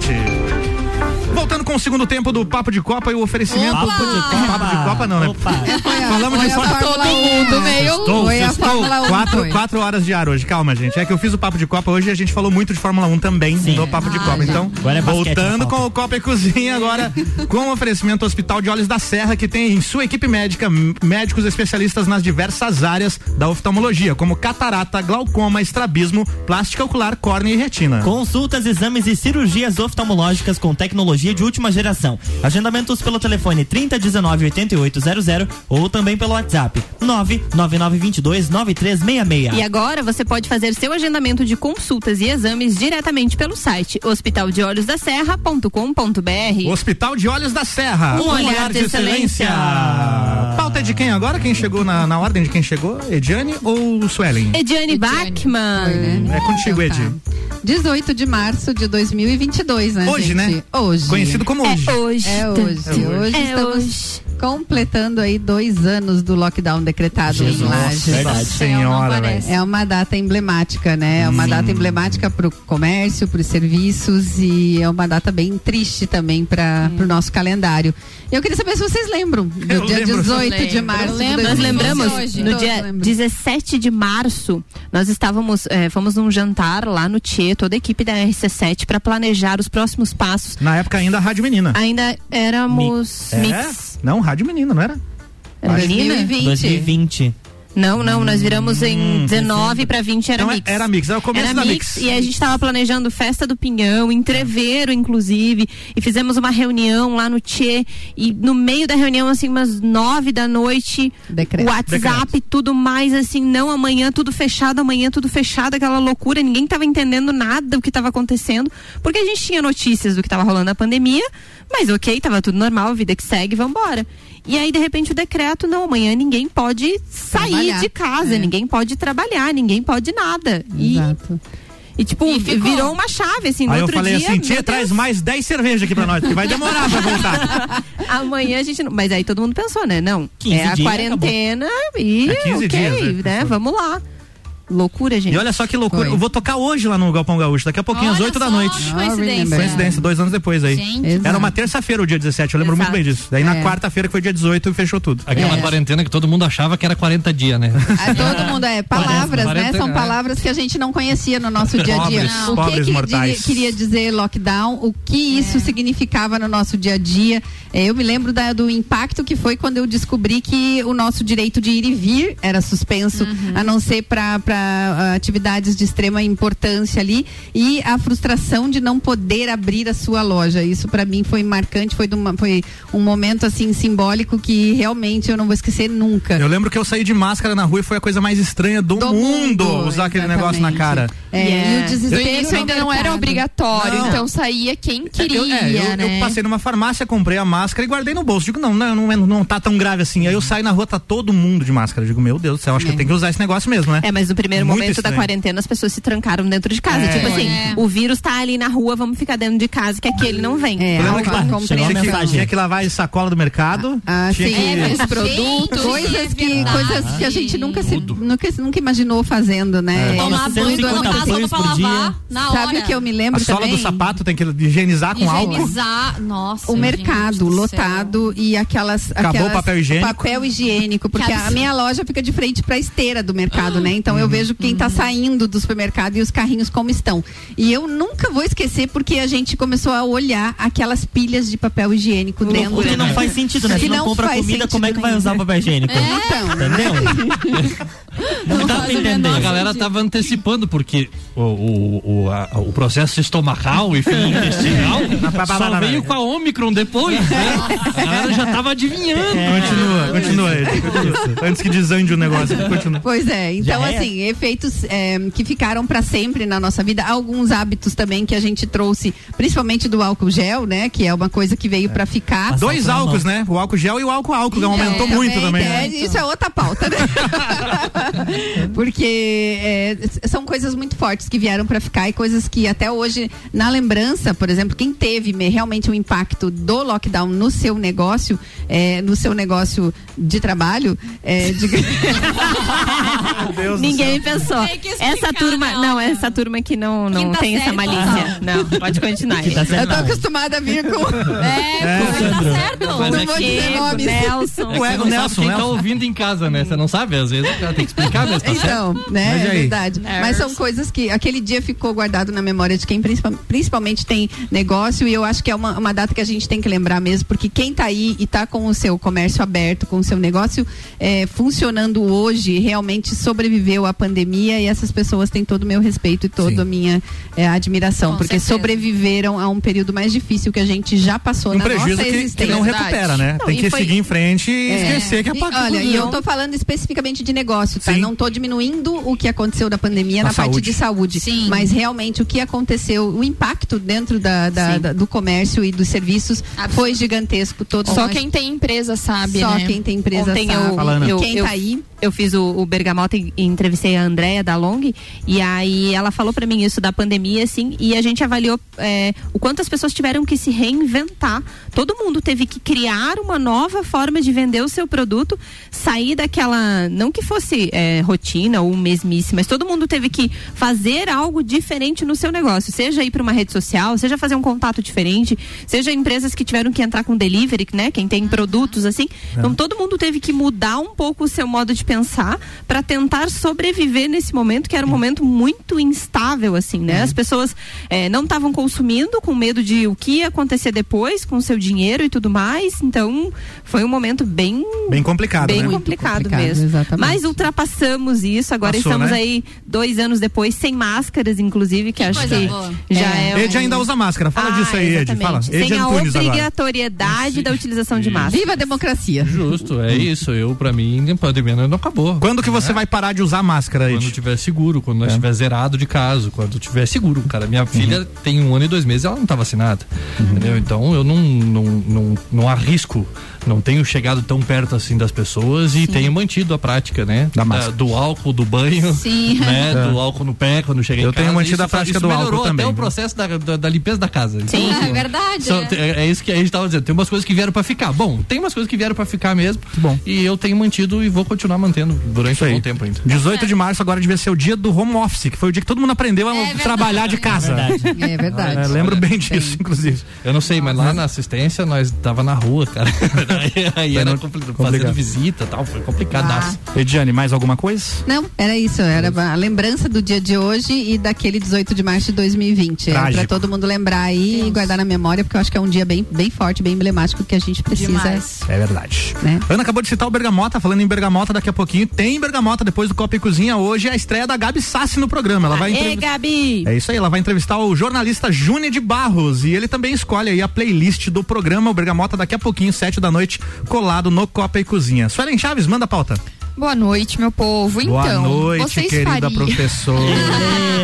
Speaker 2: Voltando com o segundo tempo do Papo de Copa e o oferecimento.
Speaker 5: Opa!
Speaker 2: Papo de Copa. Papo de Copa não, né? Falamos
Speaker 5: Foi
Speaker 2: de
Speaker 5: a
Speaker 2: Fórmula
Speaker 5: Fórmula um do meio
Speaker 2: Sextou,
Speaker 5: Foi a
Speaker 2: sextou.
Speaker 5: Fórmula um,
Speaker 2: quatro,
Speaker 5: foi.
Speaker 2: quatro horas de ar hoje, calma, gente. É que eu fiz o Papo de Copa hoje e a gente falou muito de Fórmula 1 também no Papo
Speaker 7: Ah,
Speaker 2: de Copa. Então,
Speaker 3: Agora é basquete
Speaker 7: né,
Speaker 2: voltando
Speaker 3: na Copa.
Speaker 2: com o Copa e Cozinha, agora com o oferecimento Hospital de Olhos da Serra, que tem em sua equipe médica m- médicos especialistas nas diversas áreas da oftalmologia, como catarata, glaucoma, estrabismo, plástica ocular, córnea e retina.
Speaker 3: Consultas, exames e cirurgias oftalmológicas com tecnologia de última geração. Agendamentos pelo telefone 3019 8800 ou também pelo WhatsApp 99922 9366.
Speaker 4: Tá.
Speaker 7: E é agora você pode fazer seu agendamento de consultas e exames diretamente pelo site hospitaldeolhosdaserra.com.br.
Speaker 2: Hospital de Olhos da Serra.
Speaker 7: Um olhar de excelência.
Speaker 2: Pauta é de quem agora? Quem chegou na, na ordem de quem chegou? Ediane ou Suelen?
Speaker 8: É
Speaker 7: Ediane
Speaker 4: né?
Speaker 7: Bachmann.
Speaker 2: É contigo,
Speaker 7: tá.
Speaker 2: Edi.
Speaker 4: 18 de março de 2022, né?
Speaker 2: Hoje,
Speaker 4: gente?
Speaker 2: né?
Speaker 4: Hoje.
Speaker 2: Conhecido como hoje.
Speaker 4: É hoje. É hoje.
Speaker 2: É hoje.
Speaker 4: Hoje estamos completando aí dois anos do lockdown decretado em Lages.
Speaker 2: Nossa senhora, velho. Hum.
Speaker 4: É uma data emblemática, né? É uma data emblemática para o comércio, para os serviços e é uma data bem triste também para o nosso calendário. Eu queria saber se vocês lembram do
Speaker 7: Eu
Speaker 4: dia
Speaker 7: lembro.
Speaker 4: 18 de
Speaker 7: Lembro.
Speaker 4: março. de
Speaker 7: Nós
Speaker 4: 2022.
Speaker 7: lembramos no
Speaker 4: Todos
Speaker 7: dia
Speaker 4: lembram.
Speaker 7: 17 de março, nós estávamos, eh, fomos num jantar lá no Tchê, toda a equipe da RC7 para planejar os próximos passos.
Speaker 2: Na época ainda Rádio
Speaker 4: Ah.
Speaker 2: Menina.
Speaker 7: Ainda éramos
Speaker 2: É?
Speaker 7: mix.
Speaker 2: Não, Rádio Menina, não era?
Speaker 7: Era
Speaker 2: Acho que-
Speaker 7: Menina?
Speaker 3: 2020.
Speaker 7: Não, não, nós viramos
Speaker 2: Hum,
Speaker 7: em 19 para 20 era
Speaker 2: Então,
Speaker 7: mix.
Speaker 2: Era mix, era o começo
Speaker 7: Era
Speaker 2: da
Speaker 7: mix, e a gente estava planejando festa do Pinhão, entreveiro, inclusive, e fizemos uma reunião lá no Tchê, e no meio da reunião, assim, umas nove da noite,
Speaker 4: Decreto.
Speaker 7: WhatsApp, tudo mais, assim, não amanhã, tudo fechado, amanhã tudo fechado, aquela loucura, ninguém tava entendendo nada do que estava acontecendo, porque a gente tinha notícias do que estava rolando na pandemia, mas ok, tava tudo normal, vida que segue, vambora. E aí, de repente, o decreto, não, amanhã ninguém pode sair
Speaker 4: Trabalhar.
Speaker 7: de casa,
Speaker 4: É.
Speaker 7: ninguém pode trabalhar, ninguém pode nada. E
Speaker 4: Exato.
Speaker 7: e tipo, virou uma chave, assim, no
Speaker 2: Aí eu
Speaker 7: outro
Speaker 2: falei
Speaker 7: dia.
Speaker 2: assim,
Speaker 7: meu
Speaker 2: tia, traz mais 10 cervejas aqui pra nós, que vai demorar pra voltar.
Speaker 7: [LAUGHS] Deus, amanhã a gente não. Mas aí todo mundo pensou, né? Não.
Speaker 2: 15
Speaker 7: é a
Speaker 2: dias,
Speaker 7: quarentena e
Speaker 2: É 15
Speaker 7: ok,
Speaker 2: dias, né,
Speaker 7: né? Vamos lá. Loucura, gente.
Speaker 2: E olha só que loucura.
Speaker 7: Foi.
Speaker 2: Eu vou tocar hoje lá no Galpão Gaúcho, daqui a pouquinho, às
Speaker 7: Olha
Speaker 2: 8 da
Speaker 7: só,
Speaker 2: noite.
Speaker 7: que coincidência.
Speaker 2: Ah, Coincidência, dois anos depois aí.
Speaker 7: Gente.
Speaker 2: Era
Speaker 7: Exato.
Speaker 2: uma terça-feira o dia 17, eu lembro
Speaker 7: Exato. É.
Speaker 2: muito bem disso. Daí na
Speaker 4: É.
Speaker 2: quarta-feira que foi dia 18 fechou tudo.
Speaker 11: Aquela quarentena que todo mundo achava que era 40 dias, né?
Speaker 4: [LAUGHS] Todo mundo é palavras, né?
Speaker 11: Quarenta,
Speaker 4: São
Speaker 11: né?
Speaker 4: palavras que a gente não conhecia no nosso dia a dia.
Speaker 11: Pobres,
Speaker 4: o que
Speaker 11: pobres
Speaker 4: que
Speaker 11: mortais.
Speaker 4: diria- queria dizer lockdown? O que isso significava no nosso dia a dia? Eh, Eu me lembro da- do impacto que foi quando eu descobri que o nosso direito de ir e vir era suspenso, a não ser para atividades de extrema importância ali e a frustração de não poder abrir a sua loja. Isso para mim foi marcante, foi, de uma- foi um momento assim simbólico que realmente eu não vou esquecer nunca.
Speaker 2: Eu lembro que eu saí de máscara na rua e foi a coisa mais estranha do, mundo, usar aquele negócio na cara.
Speaker 4: É, e o
Speaker 8: No
Speaker 4: desespero
Speaker 8: início
Speaker 4: no
Speaker 8: ainda não era
Speaker 4: mercado.
Speaker 8: obrigatório,
Speaker 2: Não.
Speaker 8: então saía quem queria,
Speaker 2: Eu, é, eu- eu
Speaker 8: né?
Speaker 2: passei numa farmácia, comprei a máscara e guardei no bolso. Digo, não, não, não, é- não tá tão grave assim. Aí eu saio na rua, tá todo mundo de máscara. Digo, meu Deus do céu, acho que eu tenho que usar esse negócio mesmo, né?
Speaker 7: É, mas no primeiro
Speaker 2: Muito
Speaker 7: momento da
Speaker 2: estranho.
Speaker 7: quarentena as pessoas se trancaram dentro de casa.
Speaker 2: É.
Speaker 7: Tipo assim,
Speaker 2: É.
Speaker 7: o vírus tá ali na rua, vamos ficar dentro de casa, que aquele não vem.
Speaker 4: É,
Speaker 2: Eu lembro que lá- tinha, que, tinha que lavar a sacola do mercado. tinha
Speaker 4: Sim, é,
Speaker 2: que- [LAUGHS] É.
Speaker 4: mas coisas que, coisas que a gente nunca, se, nunca, nunca imaginou fazendo, né?
Speaker 2: É. Tomar
Speaker 4: Isso tudo
Speaker 2: banho,
Speaker 4: é uma
Speaker 2: 150
Speaker 4: coisa-
Speaker 2: banhos por dia.
Speaker 4: Sabe o que eu me
Speaker 2: a
Speaker 4: lembro
Speaker 2: sola
Speaker 4: também?
Speaker 2: do sapato tem que higienizar com álcool.
Speaker 4: Higienizar, nossa. O mercado lotado e aquelas.
Speaker 2: Acabou
Speaker 4: aquelas-
Speaker 2: o papel higiênico?
Speaker 4: papel higiênico, porque a minha loja fica de frente pra esteira do mercado, né? Então eu vejo quem tá saindo do supermercado e os carrinhos como estão. E eu nunca vou esquecer porque a gente começou a olhar aquelas pilhas de papel higiênico dentro.
Speaker 3: Porque não
Speaker 4: né?
Speaker 3: faz sentido, né?
Speaker 4: Que
Speaker 3: Se não,
Speaker 4: não
Speaker 3: compra
Speaker 4: faz
Speaker 3: comida, como é que vai usar o papel higiênico? Entendeu? Não dá pra entender.
Speaker 11: Tá A
Speaker 2: tá-
Speaker 11: galera tava antecipando, porque o, o, o, a- o processo estomacal e intestinal só veio com a Omicron depois, né? A galera já tava adivinhando.
Speaker 2: É.
Speaker 11: É.
Speaker 2: Continua, continua,
Speaker 11: [LAUGHS]
Speaker 2: Ed, continua. Antes que desande o negócio, continua.
Speaker 4: Pois é, então
Speaker 2: né? Já é?
Speaker 4: assim, efeitos é, que ficaram para sempre na nossa vida, alguns hábitos também que a gente trouxe, principalmente do álcool gel, né, que é uma coisa que veio pra para ficar.
Speaker 2: Dois álcools, né? O álcool gel e o álcool álcool.
Speaker 4: Então,
Speaker 2: né? aumentou muito também.
Speaker 4: é,
Speaker 2: né?
Speaker 4: isso é outra pauta, né? [LAUGHS] Porque é, s- são coisas muito fortes que vieram para ficar e coisas que até hoje, na lembrança, por exemplo, quem teve me- realmente um impacto do lockdown no seu negócio, é, no seu negócio de trabalho, é, diga- [LAUGHS]
Speaker 7: Ninguém pensou.
Speaker 4: Tem que explicar,
Speaker 7: Essa turma, não, essa turma que tá não, não
Speaker 4: Quinta
Speaker 7: tem essa
Speaker 4: série,
Speaker 10: Ah,
Speaker 7: malícia. Não, pode continuar.
Speaker 2: tá
Speaker 4: Quinta série, Eu tô não. acostumada a vir com-
Speaker 2: [LAUGHS]
Speaker 4: É,
Speaker 11: É, Sandro. Mas é
Speaker 7: Não vou
Speaker 11: que-
Speaker 7: dizer nomes. Nelson.
Speaker 11: É que você não sabe quem tá ouvindo em casa, né? Você não sabe, às vezes o cara tem que explicar mesmo, tá
Speaker 4: Então,
Speaker 11: certo?
Speaker 4: né?
Speaker 11: Mas e
Speaker 4: É
Speaker 11: aí?
Speaker 4: verdade. Mas são coisas que aquele dia ficou guardado na memória de quem principa- principalmente tem negócio e eu acho que é uma, uma data que a gente tem que lembrar mesmo, porque quem tá aí e tá com o seu comércio aberto, com o seu negócio eh, funcionando hoje, realmente sobreviveu à pandemia e essas pessoas têm todo o meu respeito e toda a minha eh, admiração, porque sobreviveram a um período mais difícil que a gente já passou
Speaker 2: Um
Speaker 4: na
Speaker 2: prejuízo
Speaker 4: nossa
Speaker 2: que- que
Speaker 4: existência.
Speaker 2: não recupera, né? Tem
Speaker 4: e
Speaker 2: que seguir em frente e
Speaker 7: É.
Speaker 2: esquecer que é a
Speaker 4: É. E,
Speaker 2: parte-
Speaker 4: Olha, e
Speaker 2: não.
Speaker 4: eu tô falando especificamente de negócio, tá?
Speaker 2: Sim.
Speaker 4: Não tô diminuindo o que aconteceu da pandemia
Speaker 2: Na
Speaker 4: na,
Speaker 2: saúde.
Speaker 4: parte de saúde. Mas realmente o que aconteceu, o impacto dentro da, da- da- do comércio e dos serviços foi gigantesco. Todo
Speaker 8: Só
Speaker 4: nós-
Speaker 8: quem tem empresa sabe,
Speaker 4: Só
Speaker 8: né?
Speaker 4: quem tem empresa
Speaker 7: Ontem
Speaker 4: sabe.
Speaker 7: eu,
Speaker 4: Fala, Ana.
Speaker 7: eu,
Speaker 4: Quem
Speaker 7: eu-
Speaker 4: tá aí?
Speaker 7: eu fiz o, o Bergamota e e entrevistei a Andrea da Long e aí ela falou pra mim isso da pandemia assim e a gente avaliou é, o quanto as pessoas tiveram que se reinventar todo mundo teve que criar uma nova forma de vender o seu produto sair daquela, não que fosse é, rotina ou mesmice, mas todo mundo teve que fazer algo diferente no seu negócio, seja ir pra uma rede social seja fazer um contato diferente, seja empresas que tiveram que entrar com delivery, né quem tem produtos assim, então todo mundo teve que mudar um pouco o seu modo de pensar para tentar sobreviver nesse momento que era um momento muito instável assim, né? As pessoas eh, não estavam consumindo com medo de o que ia acontecer depois com o seu dinheiro e tudo mais, então foi um momento bem
Speaker 2: Bem complicado,
Speaker 7: bem
Speaker 2: né?
Speaker 7: complicado,
Speaker 2: Muito complicado,
Speaker 7: mesmo.
Speaker 2: exatamente.
Speaker 7: Mas ultrapassamos isso, agora
Speaker 2: Passou,
Speaker 7: estamos
Speaker 2: né?
Speaker 7: aí dois anos depois sem máscaras, inclusive, que, acho
Speaker 2: coisa
Speaker 7: que
Speaker 2: boa.
Speaker 7: já é,
Speaker 2: Ed
Speaker 7: um-
Speaker 2: ainda usa máscara. Fala
Speaker 7: Ah,
Speaker 2: disso aí, Ed.
Speaker 7: exatamente.
Speaker 2: Fala.
Speaker 7: Sem
Speaker 2: Ed
Speaker 7: a
Speaker 2: Antunes agora.
Speaker 7: obrigatoriedade da utilização de máscara.
Speaker 4: Viva a democracia.
Speaker 11: Justo, é isso. Eu, pra mim, a pandemia não acabou. Né?
Speaker 2: Quando que você vai parar de usar máscara, Ed? É.
Speaker 11: Quando tiver seguro, quando nós tiver zerado de caso, quando tiver seguro, cara.
Speaker 2: Uhum.
Speaker 11: Minha filha tem um ano e dois meses e ela não tá vacinada. Entendeu? Então eu não, não, não, não arrisco, não tenho chegado tão perto assim das pessoas e tenho mantido a prática, né? Da- do álcool, do banho,
Speaker 8: Sim.
Speaker 11: né?
Speaker 2: [LAUGHS] É.
Speaker 11: Do álcool no pé quando cheguei
Speaker 2: Eu
Speaker 11: em
Speaker 2: tenho
Speaker 11: casa.
Speaker 2: mantido
Speaker 11: Isso
Speaker 2: a
Speaker 11: fa-
Speaker 2: prática
Speaker 11: isso
Speaker 2: do
Speaker 11: melhorou até
Speaker 2: álcool também.
Speaker 11: o processo da, da, da limpeza da casa. Então, [LAUGHS]
Speaker 8: é
Speaker 11: assim,
Speaker 8: verdade,
Speaker 11: só-
Speaker 8: é.
Speaker 11: é, é isso que a gente tava dizendo. Tem umas coisas que vieram pra ficar. Bom, tem umas coisas que vieram pra ficar mesmo. Bom. E eu tenho mantido e vou continuar mantendo durante um bom tempo ainda.
Speaker 2: 18 de março agora devia ser o dia do home office, que foi o dia que todo mundo aprendeu a trabalhar de casa.
Speaker 4: É verdade.
Speaker 2: [LAUGHS] É, lembro bem disso, inclusive.
Speaker 11: Eu não sei, mas lá na assistência nós tava na rua, cara. [LAUGHS] aí aí era compli- fazendo visita e tal, foi
Speaker 7: Tá.
Speaker 11: complicadaço.
Speaker 2: Ediane, mais alguma coisa?
Speaker 4: Não, era isso, era a lembrança do dia de hoje e daquele 18 de março de 2020. Era
Speaker 2: Trágico.
Speaker 4: É, pra todo mundo lembrar aí e guardar na memória, porque eu acho que é um dia bem, bem forte, bem emblemático que a gente precisa.
Speaker 2: É verdade.
Speaker 4: Né?
Speaker 2: Ana acabou de citar o Bergamota, falando em Bergamota daqui a pouquinho. Tem Bergamota depois do Copa e Cozinha hoje, é a estreia da Gabi Sassi no programa. Ela vai
Speaker 7: Ei,
Speaker 2: entrevistar.
Speaker 7: Gabi!
Speaker 2: É isso aí, ela vai entrevistar o jornalista Júnior de Barros e ele também escolhe aí a playlist do programa, o Bergamota, daqui a pouquinho, sete da noite, colado no Copa e Cozinha. Suelen Chaves, manda a pauta.
Speaker 8: Boa noite, meu povo.
Speaker 2: Boa
Speaker 8: então,
Speaker 2: noite,
Speaker 8: vocês
Speaker 2: querida
Speaker 8: fariam...
Speaker 2: professora.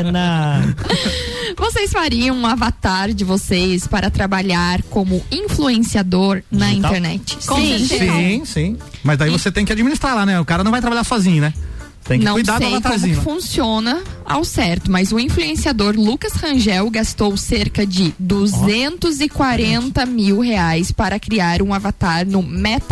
Speaker 3: Helena.
Speaker 8: [LAUGHS] Vocês fariam um avatar de vocês para trabalhar como influenciador na
Speaker 2: Digital?
Speaker 8: internet?
Speaker 2: sim, sim, sim. Mas daí você tem que administrar lá, né? O cara não vai trabalhar sozinho, né? Tem que
Speaker 8: não
Speaker 2: cuidar
Speaker 8: sei
Speaker 2: do
Speaker 8: como
Speaker 2: avatarzinho.
Speaker 8: que
Speaker 2: lá.
Speaker 8: funciona ao certo, mas o influenciador Lucas Rangel gastou cerca de 240 mil reais para criar um avatar no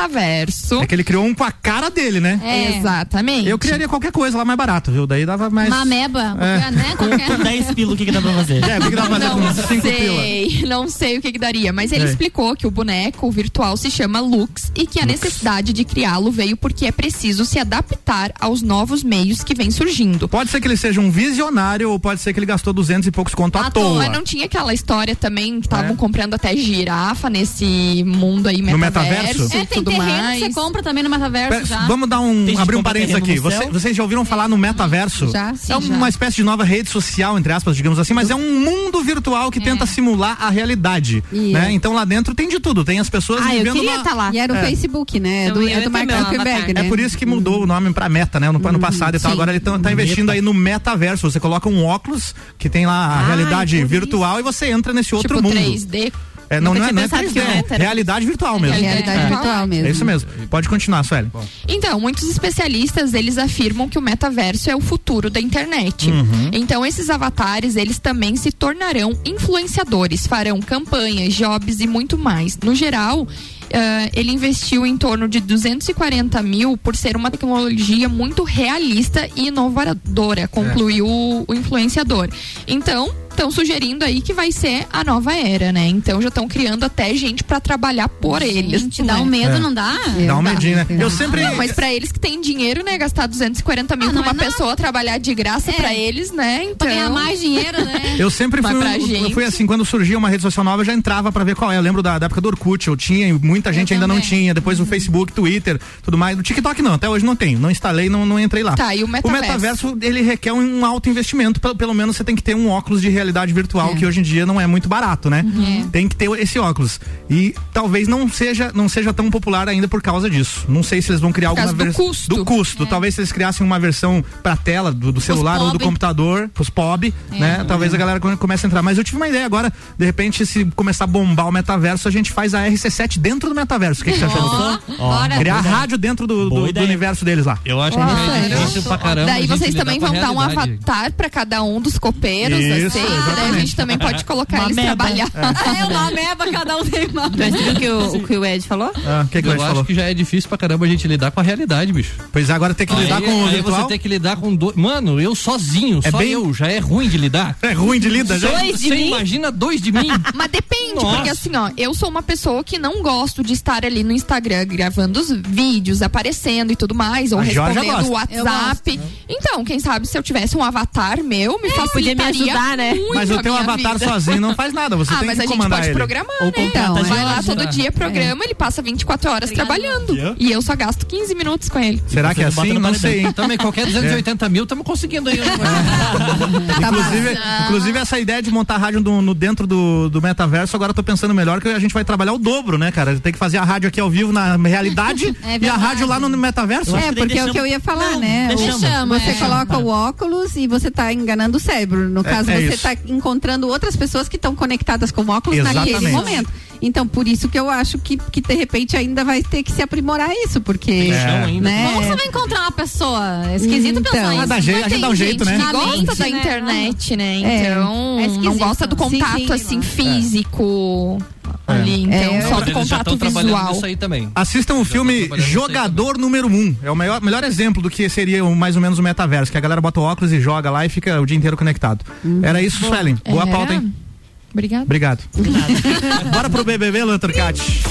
Speaker 8: metaverso.
Speaker 2: É que ele criou um com a cara dele, né?
Speaker 8: É. Exatamente.
Speaker 2: Eu criaria qualquer coisa lá mais barato, viu? Daí dava mais.
Speaker 8: Mameba,
Speaker 2: É.
Speaker 8: né?
Speaker 3: [LAUGHS]
Speaker 8: Qualquer-
Speaker 3: 10 pila, o que, que dá pra fazer?
Speaker 2: É, o que, que dá pra fazer com
Speaker 8: Não
Speaker 2: cinco pila?
Speaker 8: sei, não sei o que, que daria, mas ele
Speaker 2: É.
Speaker 8: explicou que o boneco virtual se chama Lux e que a necessidade de criá-lo veio porque é preciso se adaptar aos novos meios que vêm surgindo.
Speaker 2: Pode ser que ele seja um visionário ou pode ser que ele gastou 200 e poucos conto à, toa.
Speaker 8: Mas não tinha aquela história também que estavam
Speaker 2: É.
Speaker 8: comprando até girafa nesse mundo aí
Speaker 2: No
Speaker 8: metaverso,
Speaker 2: metaverso?
Speaker 8: e
Speaker 2: É, tem
Speaker 8: tudo
Speaker 6: terreno que
Speaker 8: mais.
Speaker 6: você compra também no metaverso
Speaker 2: Pera,
Speaker 6: já.
Speaker 2: Vamos dar
Speaker 6: Tem
Speaker 2: um
Speaker 6: gente
Speaker 2: abrir um
Speaker 6: comprando
Speaker 2: parênteses
Speaker 6: terreno
Speaker 2: aqui.
Speaker 6: no
Speaker 2: Você-
Speaker 6: céu?
Speaker 2: vocês já ouviram falar no metaverso?
Speaker 6: Já, sim,
Speaker 2: é uma
Speaker 6: já.
Speaker 2: espécie de nova rede social, entre aspas, digamos assim, mas é um mundo virtual que tenta simular a realidade.
Speaker 4: Isso. Ah,
Speaker 2: né? Então lá dentro tem de tudo. Tem as pessoas vivendo na-
Speaker 4: E era o
Speaker 2: É.
Speaker 4: Facebook, né? É
Speaker 2: Eu
Speaker 4: do,
Speaker 2: ia
Speaker 4: é do
Speaker 2: ter
Speaker 4: Mark
Speaker 2: meu
Speaker 4: Zuckerberg, né?
Speaker 2: É por isso que mudou o nome pra Meta, né? No ano passado e tal.
Speaker 4: sim.
Speaker 2: Agora ele tá, tá investindo aí no metaverso. Você coloca um óculos que tem lá a realidade virtual e você entra nesse outro
Speaker 8: Tipo
Speaker 2: mundo.
Speaker 8: 3D.
Speaker 2: É, não,
Speaker 7: Nunca
Speaker 2: não,
Speaker 7: tinha
Speaker 2: é- não é
Speaker 7: pensado que
Speaker 2: 3D,
Speaker 7: eu era
Speaker 2: é
Speaker 7: hétero.
Speaker 2: realidade virtual mesmo.
Speaker 8: Realidade
Speaker 2: É.
Speaker 8: virtual mesmo.
Speaker 2: É isso mesmo. Pode continuar, Sueli.
Speaker 8: Então, muitos especialistas, eles afirmam que o metaverso é o futuro da internet.
Speaker 2: Uhum.
Speaker 8: Então, esses avatares, eles também se tornarão influenciadores, farão campanhas, jobs e muito mais. No geral, ah, ele investiu em torno de 240 mil por ser uma tecnologia muito realista e
Speaker 6: É.
Speaker 8: inovadora, concluiu o- o influenciador. Então, estão sugerindo aí que vai ser a nova era, né? Então, já estão criando até gente para trabalhar por eles. né?
Speaker 6: Gente, dá um medo, É. não dá?
Speaker 2: Dá um medinho, né? Eu sempre.
Speaker 8: Não, mas pra eles que têm dinheiro, né? Gastar 240 mil pra uma pessoa trabalhar de graça pra eles, né? Então... Pra ganhar mais
Speaker 6: dinheiro, né?
Speaker 2: Eu sempre fui,
Speaker 8: Mas É. pra
Speaker 2: eu
Speaker 8: gente-
Speaker 2: fui assim, quando surgia uma rede social nova, eu já entrava pra ver qual é. Eu lembro da, da época do Orkut, eu tinha, e muita gente ainda não tinha. Depois
Speaker 8: Uhum.
Speaker 2: o Facebook, Twitter, tudo mais. O TikTok não, até hoje não tenho. Não instalei, não, não entrei lá.
Speaker 8: Tá, e o metaverso?
Speaker 2: ele requer um alto investimento. Pelo, pelo menos você tem que ter um óculos de realidade virtual, que hoje em dia não é muito barato, né?
Speaker 8: Uhum. É.
Speaker 2: Tem que ter esse óculos. E talvez não seja, não seja tão popular ainda por causa disso. Não sei se eles vão criar
Speaker 8: Por causa
Speaker 2: alguma
Speaker 8: do
Speaker 2: versão.
Speaker 8: custo. É.
Speaker 2: Do custo. Talvez se eles criassem uma versão pra tela do, do celular ou do
Speaker 8: pobre.
Speaker 2: computador, os POB,
Speaker 8: É.
Speaker 2: né? Talvez a galera come- comece a entrar. Mas eu tive uma ideia agora, de repente, se começar a bombar o metaverso, a gente faz a RC7 dentro do metaverso. O que, que você achou?
Speaker 8: Ó,
Speaker 2: Ó,
Speaker 8: bora.
Speaker 2: Criar a
Speaker 8: Boa
Speaker 2: rádio dentro do, do, do universo deles lá.
Speaker 11: Eu acho que é difícil pra caramba. a
Speaker 8: Daí
Speaker 11: gente
Speaker 8: vocês
Speaker 11: lidar
Speaker 8: também
Speaker 11: com a
Speaker 8: vão dar um
Speaker 11: realidade.
Speaker 8: [LAUGHS] avatar pra cada um dos copeiros,
Speaker 11: Isso,
Speaker 8: assim. Daí a
Speaker 11: exatamente.
Speaker 8: gente também pode colocar
Speaker 7: Uma
Speaker 8: eles
Speaker 7: ameba.
Speaker 8: trabalhar.
Speaker 7: É.
Speaker 8: É uma ameba, cada um tem uma
Speaker 7: Mas viu que o, o que o Ed falou?
Speaker 2: Ah, que que o
Speaker 11: eu
Speaker 2: Ed
Speaker 11: acho
Speaker 2: falou?
Speaker 11: que já é difícil pra caramba a gente lidar com a realidade, bicho.
Speaker 2: Pois é, agora tem que lidar com o
Speaker 11: aí
Speaker 2: virtual.
Speaker 11: você tem que lidar com dois. Mano, eu sozinho,
Speaker 2: É
Speaker 11: só
Speaker 2: bem-
Speaker 11: eu, já é ruim de lidar.
Speaker 2: [LAUGHS] É ruim de lidar, já. Dois de
Speaker 11: Você
Speaker 2: mim?
Speaker 11: imagina dois de mim?
Speaker 8: Mas depende,
Speaker 11: Nossa.
Speaker 8: porque assim, ó, eu sou uma pessoa que não gosto de estar ali no Instagram gravando os vídeos, aparecendo e tudo mais, ou
Speaker 7: A Jorge
Speaker 8: respondendo o
Speaker 7: gosta. Eu
Speaker 8: WhatsApp. Então, quem sabe se eu tivesse um avatar meu, me
Speaker 7: É, podia me
Speaker 8: facilitaria
Speaker 7: ajudar, né?
Speaker 8: muito
Speaker 2: Mas
Speaker 8: a
Speaker 2: o teu
Speaker 8: minha
Speaker 2: avatar
Speaker 8: vida.
Speaker 2: sozinho não faz nada, você
Speaker 8: [LAUGHS] ah,
Speaker 2: tem
Speaker 8: mas
Speaker 2: que
Speaker 8: a gente
Speaker 2: comandar
Speaker 8: pode
Speaker 2: ele.
Speaker 8: programar,
Speaker 2: Ou
Speaker 8: né?
Speaker 2: contrata a
Speaker 8: vai lá
Speaker 2: Jorge,
Speaker 8: todo
Speaker 2: né?
Speaker 8: dia, programa, ele passa 24 horas trabalhando. E eu só gasto 15 minutos com ele.
Speaker 2: Será que é assim? Não sei, hein?
Speaker 11: Também qualquer 280 mil, estamos conseguindo
Speaker 8: [LAUGHS]
Speaker 11: aí. né?
Speaker 2: Inclusive,
Speaker 11: vazando.
Speaker 2: inclusive, essa ideia de montar a rádio do- no, dentro do, do metaverso, agora eu tô pensando melhor que a gente vai trabalhar o dobro, né, cara? Tem que fazer a rádio aqui ao vivo na realidade
Speaker 4: É
Speaker 2: e a
Speaker 4: verdade.
Speaker 2: rádio lá no metaverso.
Speaker 4: É, porque é o que
Speaker 11: um-
Speaker 4: eu ia falar, né? O- você coloca o óculos e você tá enganando o cérebro. No
Speaker 2: É-
Speaker 4: caso,
Speaker 2: é
Speaker 4: você
Speaker 2: isso.
Speaker 4: tá encontrando outras pessoas que estão conectadas com o óculos naquele
Speaker 2: Exatamente.
Speaker 4: momento. Então, por isso que eu acho que, que de repente ainda vai ter que se aprimorar isso, porque.
Speaker 2: chão ainda.
Speaker 4: Né?
Speaker 6: Como você É. vai encontrar uma pessoa? É esquisito
Speaker 4: Então.
Speaker 6: pensar
Speaker 4: Ah,
Speaker 6: isso.
Speaker 4: dá jeito, a gente dá um jeito, né?
Speaker 6: Que
Speaker 4: Na
Speaker 6: gosta da
Speaker 4: mente, né?
Speaker 6: internet, né?
Speaker 8: É.
Speaker 6: Então,
Speaker 8: É
Speaker 6: não
Speaker 8: esquisito.
Speaker 6: gosta do
Speaker 8: Sim, sim,
Speaker 6: contato,
Speaker 8: claro.
Speaker 6: assim,
Speaker 8: físico. Ali, então,
Speaker 6: É,
Speaker 8: só do
Speaker 11: Eles já
Speaker 8: contato
Speaker 11: estão trabalhando
Speaker 8: visual.
Speaker 11: nisso aí também.
Speaker 2: Assistam o filme Jogador Número 1. Um. É o maior, melhor exemplo do que seria o- mais ou menos o metaverso, que a galera bota o óculos e joga lá e fica o dia inteiro conectado. Era isso,
Speaker 8: Boa. É.
Speaker 2: Suelen. É. Boa
Speaker 8: Era?
Speaker 2: pauta, hein?
Speaker 8: É. Obrigada.
Speaker 2: Obrigado.
Speaker 8: [LAUGHS]
Speaker 2: Bora pro BBB, Luan Turcati.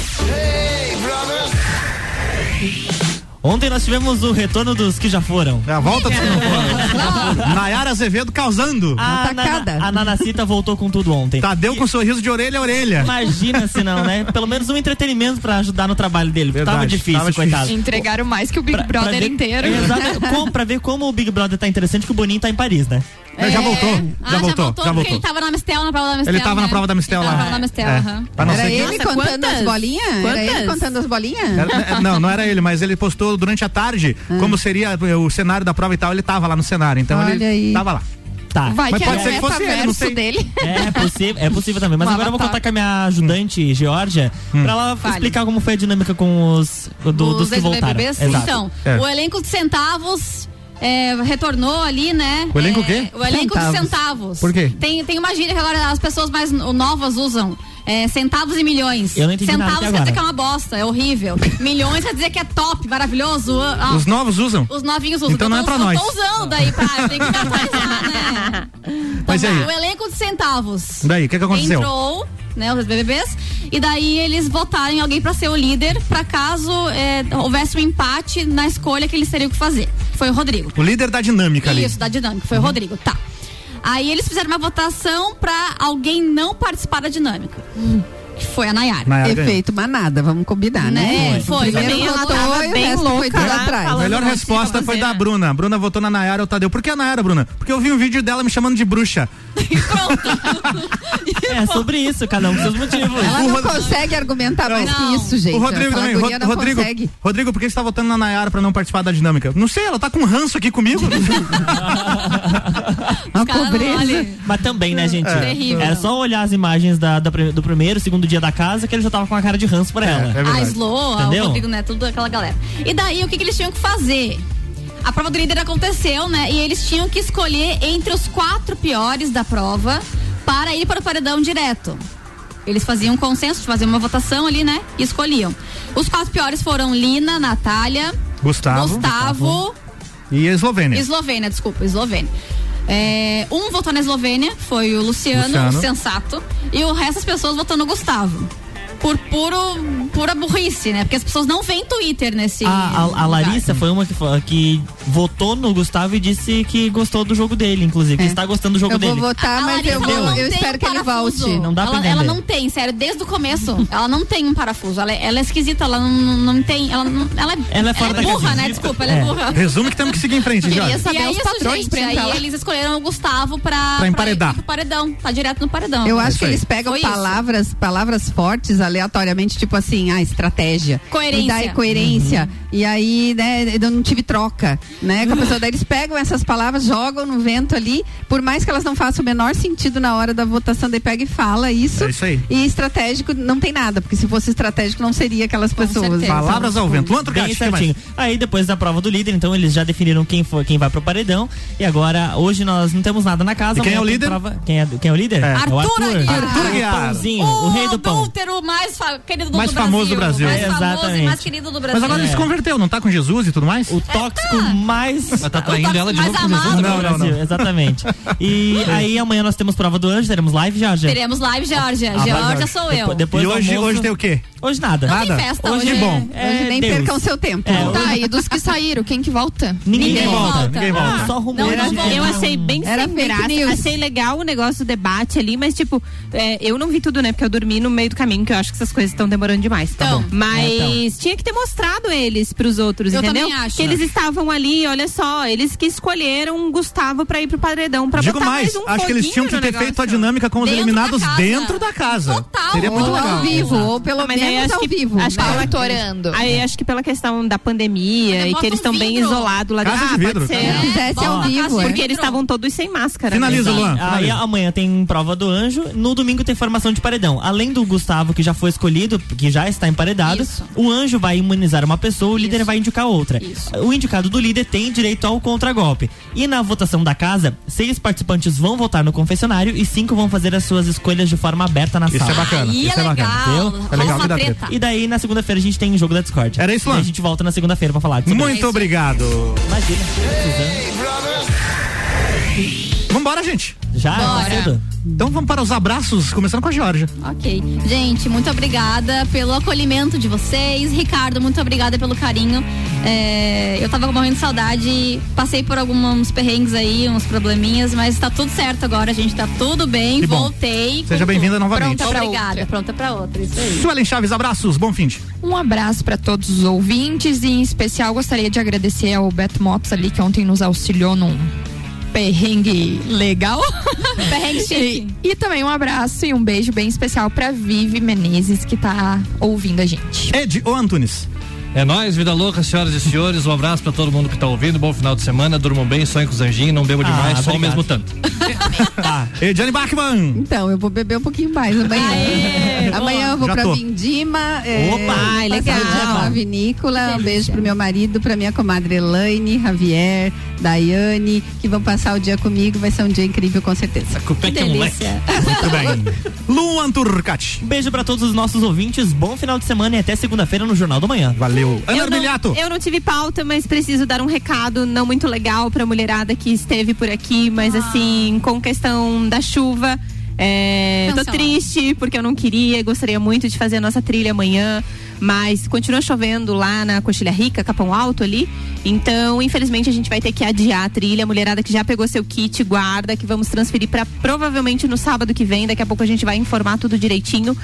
Speaker 3: Ontem nós tivemos o retorno dos que já foram.
Speaker 2: É, A volta dos que não foram. [LAUGHS] Nayara Azevedo causando.
Speaker 3: A, Nana- a Nanacita voltou com tudo ontem.
Speaker 2: Tadeu com um sorriso de orelha a orelha.
Speaker 3: Imagina se não, né? Pelo menos um entretenimento pra ajudar no trabalho dele. tava difícil,
Speaker 2: tava difícil.
Speaker 3: coitado.
Speaker 8: Entregaram mais que o Big Brother
Speaker 3: ver-
Speaker 8: inteiro.
Speaker 3: Exato. Como- pra ver como o Big Brother tá interessante, que o Boninho tá em Paris, né?
Speaker 6: É. Já voltou, já Ah, já
Speaker 4: voltou,
Speaker 6: Todo porque ele tava na Mistel, na prova da Mistel.
Speaker 3: Ele tava
Speaker 6: né?
Speaker 3: na prova da Mistel
Speaker 6: Ele
Speaker 3: lá.
Speaker 6: Tava na Mistel,
Speaker 2: É.
Speaker 6: aham.
Speaker 2: Pra não
Speaker 4: Era
Speaker 2: ser que-
Speaker 4: ele contando as
Speaker 6: quantas?
Speaker 4: bolinhas? Era ele
Speaker 6: Quantas?
Speaker 4: contando as bolinhas?
Speaker 2: Era-
Speaker 4: [LAUGHS]
Speaker 2: é, não, não era ele, mas ele postou durante a tarde como seria é, o cenário da prova e tal. Ele tava lá no cenário, então ele
Speaker 4: Olha aí.
Speaker 2: tava lá.
Speaker 3: Tá.
Speaker 2: Vai
Speaker 4: é
Speaker 2: Mas que pode era ser que fosse ele, não metaverso sei.
Speaker 8: dele.
Speaker 3: É possível, é possível também. Mas
Speaker 8: Um
Speaker 3: agora eu vou
Speaker 8: avatar.
Speaker 3: contar com a minha ajudante, Georgia,
Speaker 2: Hum.
Speaker 3: pra ela
Speaker 6: Fale.
Speaker 3: explicar como foi a dinâmica com os do- dos que voltaram.
Speaker 6: ex-BBBs.
Speaker 3: Exato.
Speaker 6: Então,
Speaker 2: É.
Speaker 6: o elenco de centavos é, retornou ali, né?
Speaker 2: O elenco
Speaker 6: É,
Speaker 2: o quê?
Speaker 6: O elenco
Speaker 2: Centavos.
Speaker 6: de centavos.
Speaker 2: Por quê?
Speaker 6: Tem, tem uma gíria que agora as pessoas mais no- novas usam. é, centavos e milhões.
Speaker 2: Eu não entendi nada
Speaker 6: centavos
Speaker 2: até
Speaker 6: quer dizer
Speaker 2: agora.
Speaker 6: que é uma bosta, é horrível. milhões quer dizer que é top, maravilhoso. ah,
Speaker 2: Os novos usam?
Speaker 6: Os novinhos usam.
Speaker 2: Então não é
Speaker 6: eu tô-
Speaker 2: pra
Speaker 6: eu
Speaker 2: nós.
Speaker 6: tô usando aí, pá. Tem que atualizar,
Speaker 2: [LAUGHS]
Speaker 6: né?
Speaker 2: Mas e
Speaker 6: Então,
Speaker 2: aí?
Speaker 6: O elenco de centavos.
Speaker 2: Daí, o que que aconteceu?
Speaker 6: Entrou, né, os BBBs, e daí eles votaram em alguém pra ser o líder, pra caso é, houvesse um empate na escolha que eles teriam que fazer. Foi o Rodrigo.
Speaker 2: O líder da dinâmica ali. Uhum.
Speaker 6: Isso, da dinâmica, foi o Rodrigo, tá. Aí eles fizeram uma votação pra alguém não participar da dinâmica.
Speaker 2: Hum.
Speaker 6: Que foi a Nayara.
Speaker 4: Efeito manada, vamos combinar, né?
Speaker 6: Né? Foi,
Speaker 4: Primeiro
Speaker 6: também ela
Speaker 4: votou
Speaker 6: tava
Speaker 4: e o
Speaker 6: bem
Speaker 4: resto foi
Speaker 6: louca
Speaker 4: tudo
Speaker 6: lá,
Speaker 4: atrás.
Speaker 2: A melhor resposta foi da Bruna. A Bruna votou na [LAUGHS] Nayara ou Tadeu. Por que a Nayara, Bruna? Porque eu vi um vídeo dela me chamando de bruxa.
Speaker 10: É sobre isso, cada um com seus motivos.
Speaker 4: Ela não consegue argumentar mais que isso, gente.
Speaker 2: O Rodrigo
Speaker 4: Aquela
Speaker 2: também.
Speaker 4: guria
Speaker 2: Ro-
Speaker 4: não
Speaker 2: Rodrigo,
Speaker 4: consegue.
Speaker 2: Rodrigo, por que você tá votando na Nayara pra não participar da dinâmica? Não sei, ela tá com ranço aqui comigo.
Speaker 10: A
Speaker 2: pobreza.
Speaker 10: Mas também, né, gente?
Speaker 2: É. Terrível.
Speaker 10: Era só olhar as imagens da, da prim- do primeiro, segundo dia da casa que ele já tava com a cara de ranço
Speaker 2: É,
Speaker 10: pra ela.
Speaker 6: a Ah, Slow, a- o
Speaker 10: Entendeu?
Speaker 6: Rodrigo Neto, toda aquela galera. E daí, o que, que eles tinham que fazer? A prova do líder aconteceu, né? E eles tinham que escolher entre os quatro piores da prova para ir para o paredão direto. Eles faziam um consenso, faziam uma votação ali, né? E escolhiam. Os quatro piores foram Lina, Natália,
Speaker 2: Gustavo.
Speaker 6: Gustavo
Speaker 2: E a Eslovênia.
Speaker 6: Eslovênia, desculpa, Eslovênia. É, um votou na Eslovênia, foi o Luciano,
Speaker 2: Luciano.
Speaker 6: sensato, e o resto das pessoas votou no Gustavo. Por puro, pura burrice, né? Porque as pessoas não veem Twitter nesse.
Speaker 4: Ah,
Speaker 10: A, a- a Larissa foi uma que, fa- que votou no Gustavo e disse que gostou do jogo dele, inclusive.
Speaker 2: É.
Speaker 10: Que está gostando do jogo
Speaker 4: Eu
Speaker 10: dele.
Speaker 4: vou votar, tá, mas eu, vou, eu espero que ele volte.
Speaker 10: Não dá pra
Speaker 6: um ela, ela
Speaker 10: entender.
Speaker 6: não tem, sério, desde o começo, ela não tem um parafuso. Ela, é- ela é esquisita, ela não, não tem. Ela, não- ela, é-
Speaker 2: Ela é fora da
Speaker 6: burra,
Speaker 2: casinha.
Speaker 6: né? Desculpa, ela é, burra.
Speaker 2: Resumo que temos que seguir em frente,
Speaker 6: E
Speaker 2: Jorge.
Speaker 6: é isso, gente, aí eles escolheram o Gustavo pra,
Speaker 2: Pra emparedar.
Speaker 6: ir pro paredão. Tá direto no paredão.
Speaker 4: Eu
Speaker 6: É
Speaker 4: acho
Speaker 6: isso
Speaker 4: que eles
Speaker 6: aí.
Speaker 4: pegam
Speaker 6: Foi isso.
Speaker 4: palavras, palavras fortes aleatoriamente, tipo assim, a estratégia.
Speaker 6: Coerência. Uhum.
Speaker 4: E daí coerência. E aí, né, eu não tive troca, né, com a pessoa. Daí eles pegam essas palavras, jogam no vento ali, por mais que elas não façam o menor sentido na hora da votação, daí pega e fala isso.
Speaker 2: É isso aí.
Speaker 4: E estratégico não tem nada, porque se fosse estratégico não seria aquelas
Speaker 6: Ah,
Speaker 4: pessoas.
Speaker 2: Palavras ao vento. Luan Turcati,
Speaker 10: Bem
Speaker 2: o que mais?
Speaker 10: certinho. Aí depois da prova do líder, então eles já definiram quem for, quem vai pro paredão. E agora hoje nós não temos nada na casa.
Speaker 2: E quem é
Speaker 10: amanhã
Speaker 2: o
Speaker 10: tem
Speaker 2: líder?
Speaker 10: prova- Quem é, quem é o líder? É, o
Speaker 6: Arthur Aguiar. Arthur
Speaker 10: O
Speaker 6: Aguiar.
Speaker 10: pãozinho, o rei do pão.
Speaker 6: adúltero mais fa- querido do
Speaker 2: Mais
Speaker 6: do
Speaker 2: famoso do Brasil.
Speaker 6: Mais
Speaker 2: É,
Speaker 6: famoso e mais
Speaker 2: exatamente.
Speaker 6: querido do Brasil.
Speaker 2: Mas agora ele se converteu, não tá com Jesus e tudo mais? É, O tóxico
Speaker 10: mais.
Speaker 2: Mas tá
Speaker 10: tóxico mais amado
Speaker 2: Não,
Speaker 10: do
Speaker 2: não,
Speaker 10: Brasil,
Speaker 2: não.
Speaker 10: Exatamente.
Speaker 2: [LAUGHS]
Speaker 10: E aí amanhã nós temos prova do anjo, teremos live já, já.
Speaker 6: Teremos live, Georgia.
Speaker 2: Ah,
Speaker 6: Georgia sou eu.
Speaker 10: Depo- depois
Speaker 2: e
Speaker 10: do
Speaker 2: hoje,
Speaker 10: almoço-
Speaker 2: hoje tem o quê?
Speaker 10: Hoje nada.
Speaker 6: Não tem Nada? festa hoje,
Speaker 10: que bom.
Speaker 6: é- hoje nem percam seu tempo.
Speaker 10: É,
Speaker 8: tá, e dos que saíram, quem que volta?
Speaker 10: Ninguém Ninguém volta, volta. ninguém volta.
Speaker 8: Ah,
Speaker 10: Só
Speaker 7: Não,
Speaker 8: Era-
Speaker 7: não vou.
Speaker 2: então.
Speaker 7: eu achei bem
Speaker 8: Era
Speaker 7: sem
Speaker 8: fake
Speaker 7: graça.
Speaker 8: news.
Speaker 7: Achei legal o negócio, o debate ali, mas tipo, é, eu não vi tudo, né? Porque eu dormi no meio do caminho, que eu acho que essas coisas estão demorando demais.
Speaker 2: Tá
Speaker 7: Então, mas
Speaker 6: É,
Speaker 7: tinha que ter mostrado eles pros outros,
Speaker 6: Eu
Speaker 7: entendeu?
Speaker 6: também acho.
Speaker 7: Que
Speaker 2: É.
Speaker 7: eles estavam ali, olha só, eles que escolheram o Gustavo pra ir pro paredão pra
Speaker 2: Digo
Speaker 7: botar
Speaker 2: mais,
Speaker 7: um
Speaker 2: acho que eles
Speaker 7: foguinho
Speaker 2: tinham que
Speaker 7: no
Speaker 2: ter
Speaker 7: negócio.
Speaker 2: feito a dinâmica com os
Speaker 7: Dentro
Speaker 2: eliminados
Speaker 7: da casa.
Speaker 2: dentro da casa. Seria muito
Speaker 7: Ou ao
Speaker 2: legal.
Speaker 7: vivo,
Speaker 2: Exato.
Speaker 7: ou pelo
Speaker 2: Ah, mas aí
Speaker 7: menos
Speaker 2: acho
Speaker 7: ao
Speaker 2: que-
Speaker 7: vivo,
Speaker 2: acho que
Speaker 7: né?
Speaker 2: pela-
Speaker 8: Autorando.
Speaker 7: Aí acho que pela questão da pandemia e que eles estão bem isolados lá
Speaker 10: Casa de
Speaker 7: Ah,
Speaker 10: vidro.
Speaker 7: pode ser.
Speaker 10: É. Se
Speaker 4: fizesse ao
Speaker 7: um Bota um a
Speaker 4: vivo,
Speaker 7: caixa de
Speaker 4: é.
Speaker 7: Porque eles estavam todos sem máscara.
Speaker 10: Finaliza,
Speaker 7: né?
Speaker 10: Luan. Aí amanhã tem prova do anjo. No domingo tem formação de paredão. Além do Gustavo, que já foi escolhido, que já está emparedado, o anjo vai imunizar uma pessoa, o líder vai indicar outra. O indicado do líder tem direito ao contragolpe. E na votação da casa, seis participantes vão votar no confessionário e cinco vão fazer as suas escolhas de forma aberta na
Speaker 2: Isso
Speaker 10: sala.
Speaker 2: é bacana, Aí é isso é legal. bacana.
Speaker 10: Entendeu?
Speaker 2: É legal Rola que dá uma treta. treta.
Speaker 10: E daí, na segunda-feira, a gente tem jogo da Discord. Era isso, Luan. E a gente volta na segunda-feira pra falar. sobre
Speaker 2: Muito
Speaker 10: isso.
Speaker 2: obrigado.
Speaker 10: Imagina.
Speaker 2: Vambora, gente.
Speaker 10: Já?
Speaker 6: Bora. cedo?
Speaker 2: Então vamos para os abraços, começando com a Georgia.
Speaker 6: Ok. Gente, muito obrigada pelo acolhimento de vocês. Ricardo, muito obrigada pelo carinho. É, eu tava morrendo de saudade, passei por alguns perrengues aí, uns probleminhas, mas tá tudo certo agora, gente. Tá tudo bem,
Speaker 2: Que bom.
Speaker 6: voltei. com
Speaker 2: Seja
Speaker 6: tudo.
Speaker 2: bem-vinda novamente.
Speaker 6: Pronta
Speaker 2: Pra
Speaker 6: pra obrigada, pronta pra outra. Isso aí.
Speaker 2: Suelen Chaves, abraços, bom fim de.
Speaker 8: Um abraço para todos os ouvintes e em especial gostaria de agradecer ao Beto Motos ali que ontem nos auxiliou num perrengue legal.
Speaker 6: Perrengue chique.
Speaker 8: E, e também um abraço e um beijo bem especial para Vivi Menezes que tá ouvindo a gente.
Speaker 2: Ed ou Antunes?
Speaker 11: É nóis, vida louca, senhoras e senhores. Um abraço pra todo mundo que tá ouvindo. Bom final de semana. Durmam bem, sonhem com os anjinhos. Não bebo
Speaker 2: Ah,
Speaker 11: demais, só ao
Speaker 2: obrigado.
Speaker 11: mesmo tanto.
Speaker 2: Ediane Bachmann.
Speaker 4: Então, eu vou beber um pouquinho mais amanhã. amanhã eu vou
Speaker 2: Já
Speaker 4: pra
Speaker 2: tô.
Speaker 4: Vindima. é,
Speaker 2: Opa,
Speaker 4: passar
Speaker 2: legal.
Speaker 4: o dia numa vinícola. Um beijo pro meu marido, pra minha comadre Elaine, Javier, Daiane, que vão passar o dia comigo. Vai ser um dia incrível, com
Speaker 2: É
Speaker 4: certeza.
Speaker 11: Que
Speaker 4: delícia.
Speaker 2: um Muito bem. Luan Turcati.
Speaker 10: Beijo pra todos os nossos ouvintes. Bom final de semana e até segunda-feira no Jornal da Manhã.
Speaker 2: Valeu.
Speaker 7: Eu não- Eu não tive pauta, mas preciso dar um recado não muito legal pra mulherada que esteve por aqui, mas assim, com questão da chuva. É, tô
Speaker 6: Cancelado.
Speaker 7: triste porque eu não queria, gostaria muito de fazer a nossa trilha amanhã, mas continua chovendo lá na Coxilha Rica, Capão Alto ali. Então, infelizmente, a gente vai ter que adiar a trilha. A mulherada que já pegou seu kit, guarda, que vamos transferir para provavelmente no sábado que vem. Daqui a pouco a gente vai informar tudo direitinho.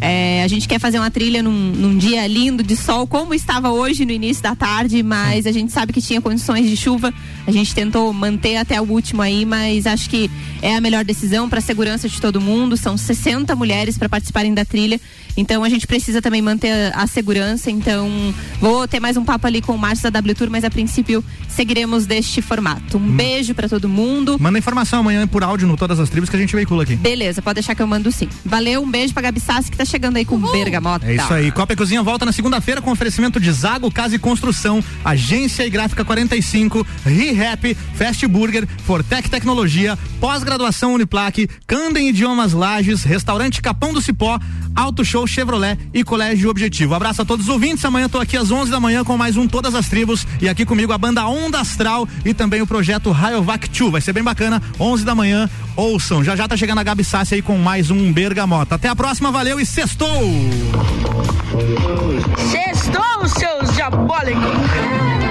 Speaker 7: É, a gente quer fazer uma trilha num, num dia lindo de sol, como estava hoje no início da tarde, mas a gente sabe que tinha condições de chuva. A gente tentou manter até o último aí, mas acho que é a melhor decisão para a segurança de todo mundo. São 60 mulheres para participarem da trilha. Então a gente precisa também manter a, a segurança. Então vou ter mais um papo ali com o Márcio da W Tour, mas a princípio seguiremos deste formato. Um beijo para todo mundo.
Speaker 2: Manda informação amanhã por áudio no Todas as Tribos que a gente veicula aqui.
Speaker 7: Beleza, pode deixar que eu mando sim. Valeu, um beijo pra Gabi Sassi que tá chegando aí com bergamota.
Speaker 2: É isso aí. Copa e Cozinha volta na segunda-feira com oferecimento de Zago Casa e Construção, Agência e Gráfica 45, ReHap, Fast Burger, Fortec Tecnologia, Pós-Graduação Uniplaque, Candem Idiomas Lages, Restaurante Capão do Cipó, Auto Show Chevrolet e Colégio Objetivo. Abraço a todos os ouvintes. Amanhã tô aqui às 11 da manhã com mais um Todas as Tribos e aqui comigo a banda Onda Astral e também o projeto Rayovac 2. Vai ser bem bacana. 11 da manhã. Ouçam. Já já tá chegando a Gabi Sassi aí com mais um Bergamota. Até a próxima. Valeu e sextou!
Speaker 1: Sextou, seus diabólicos!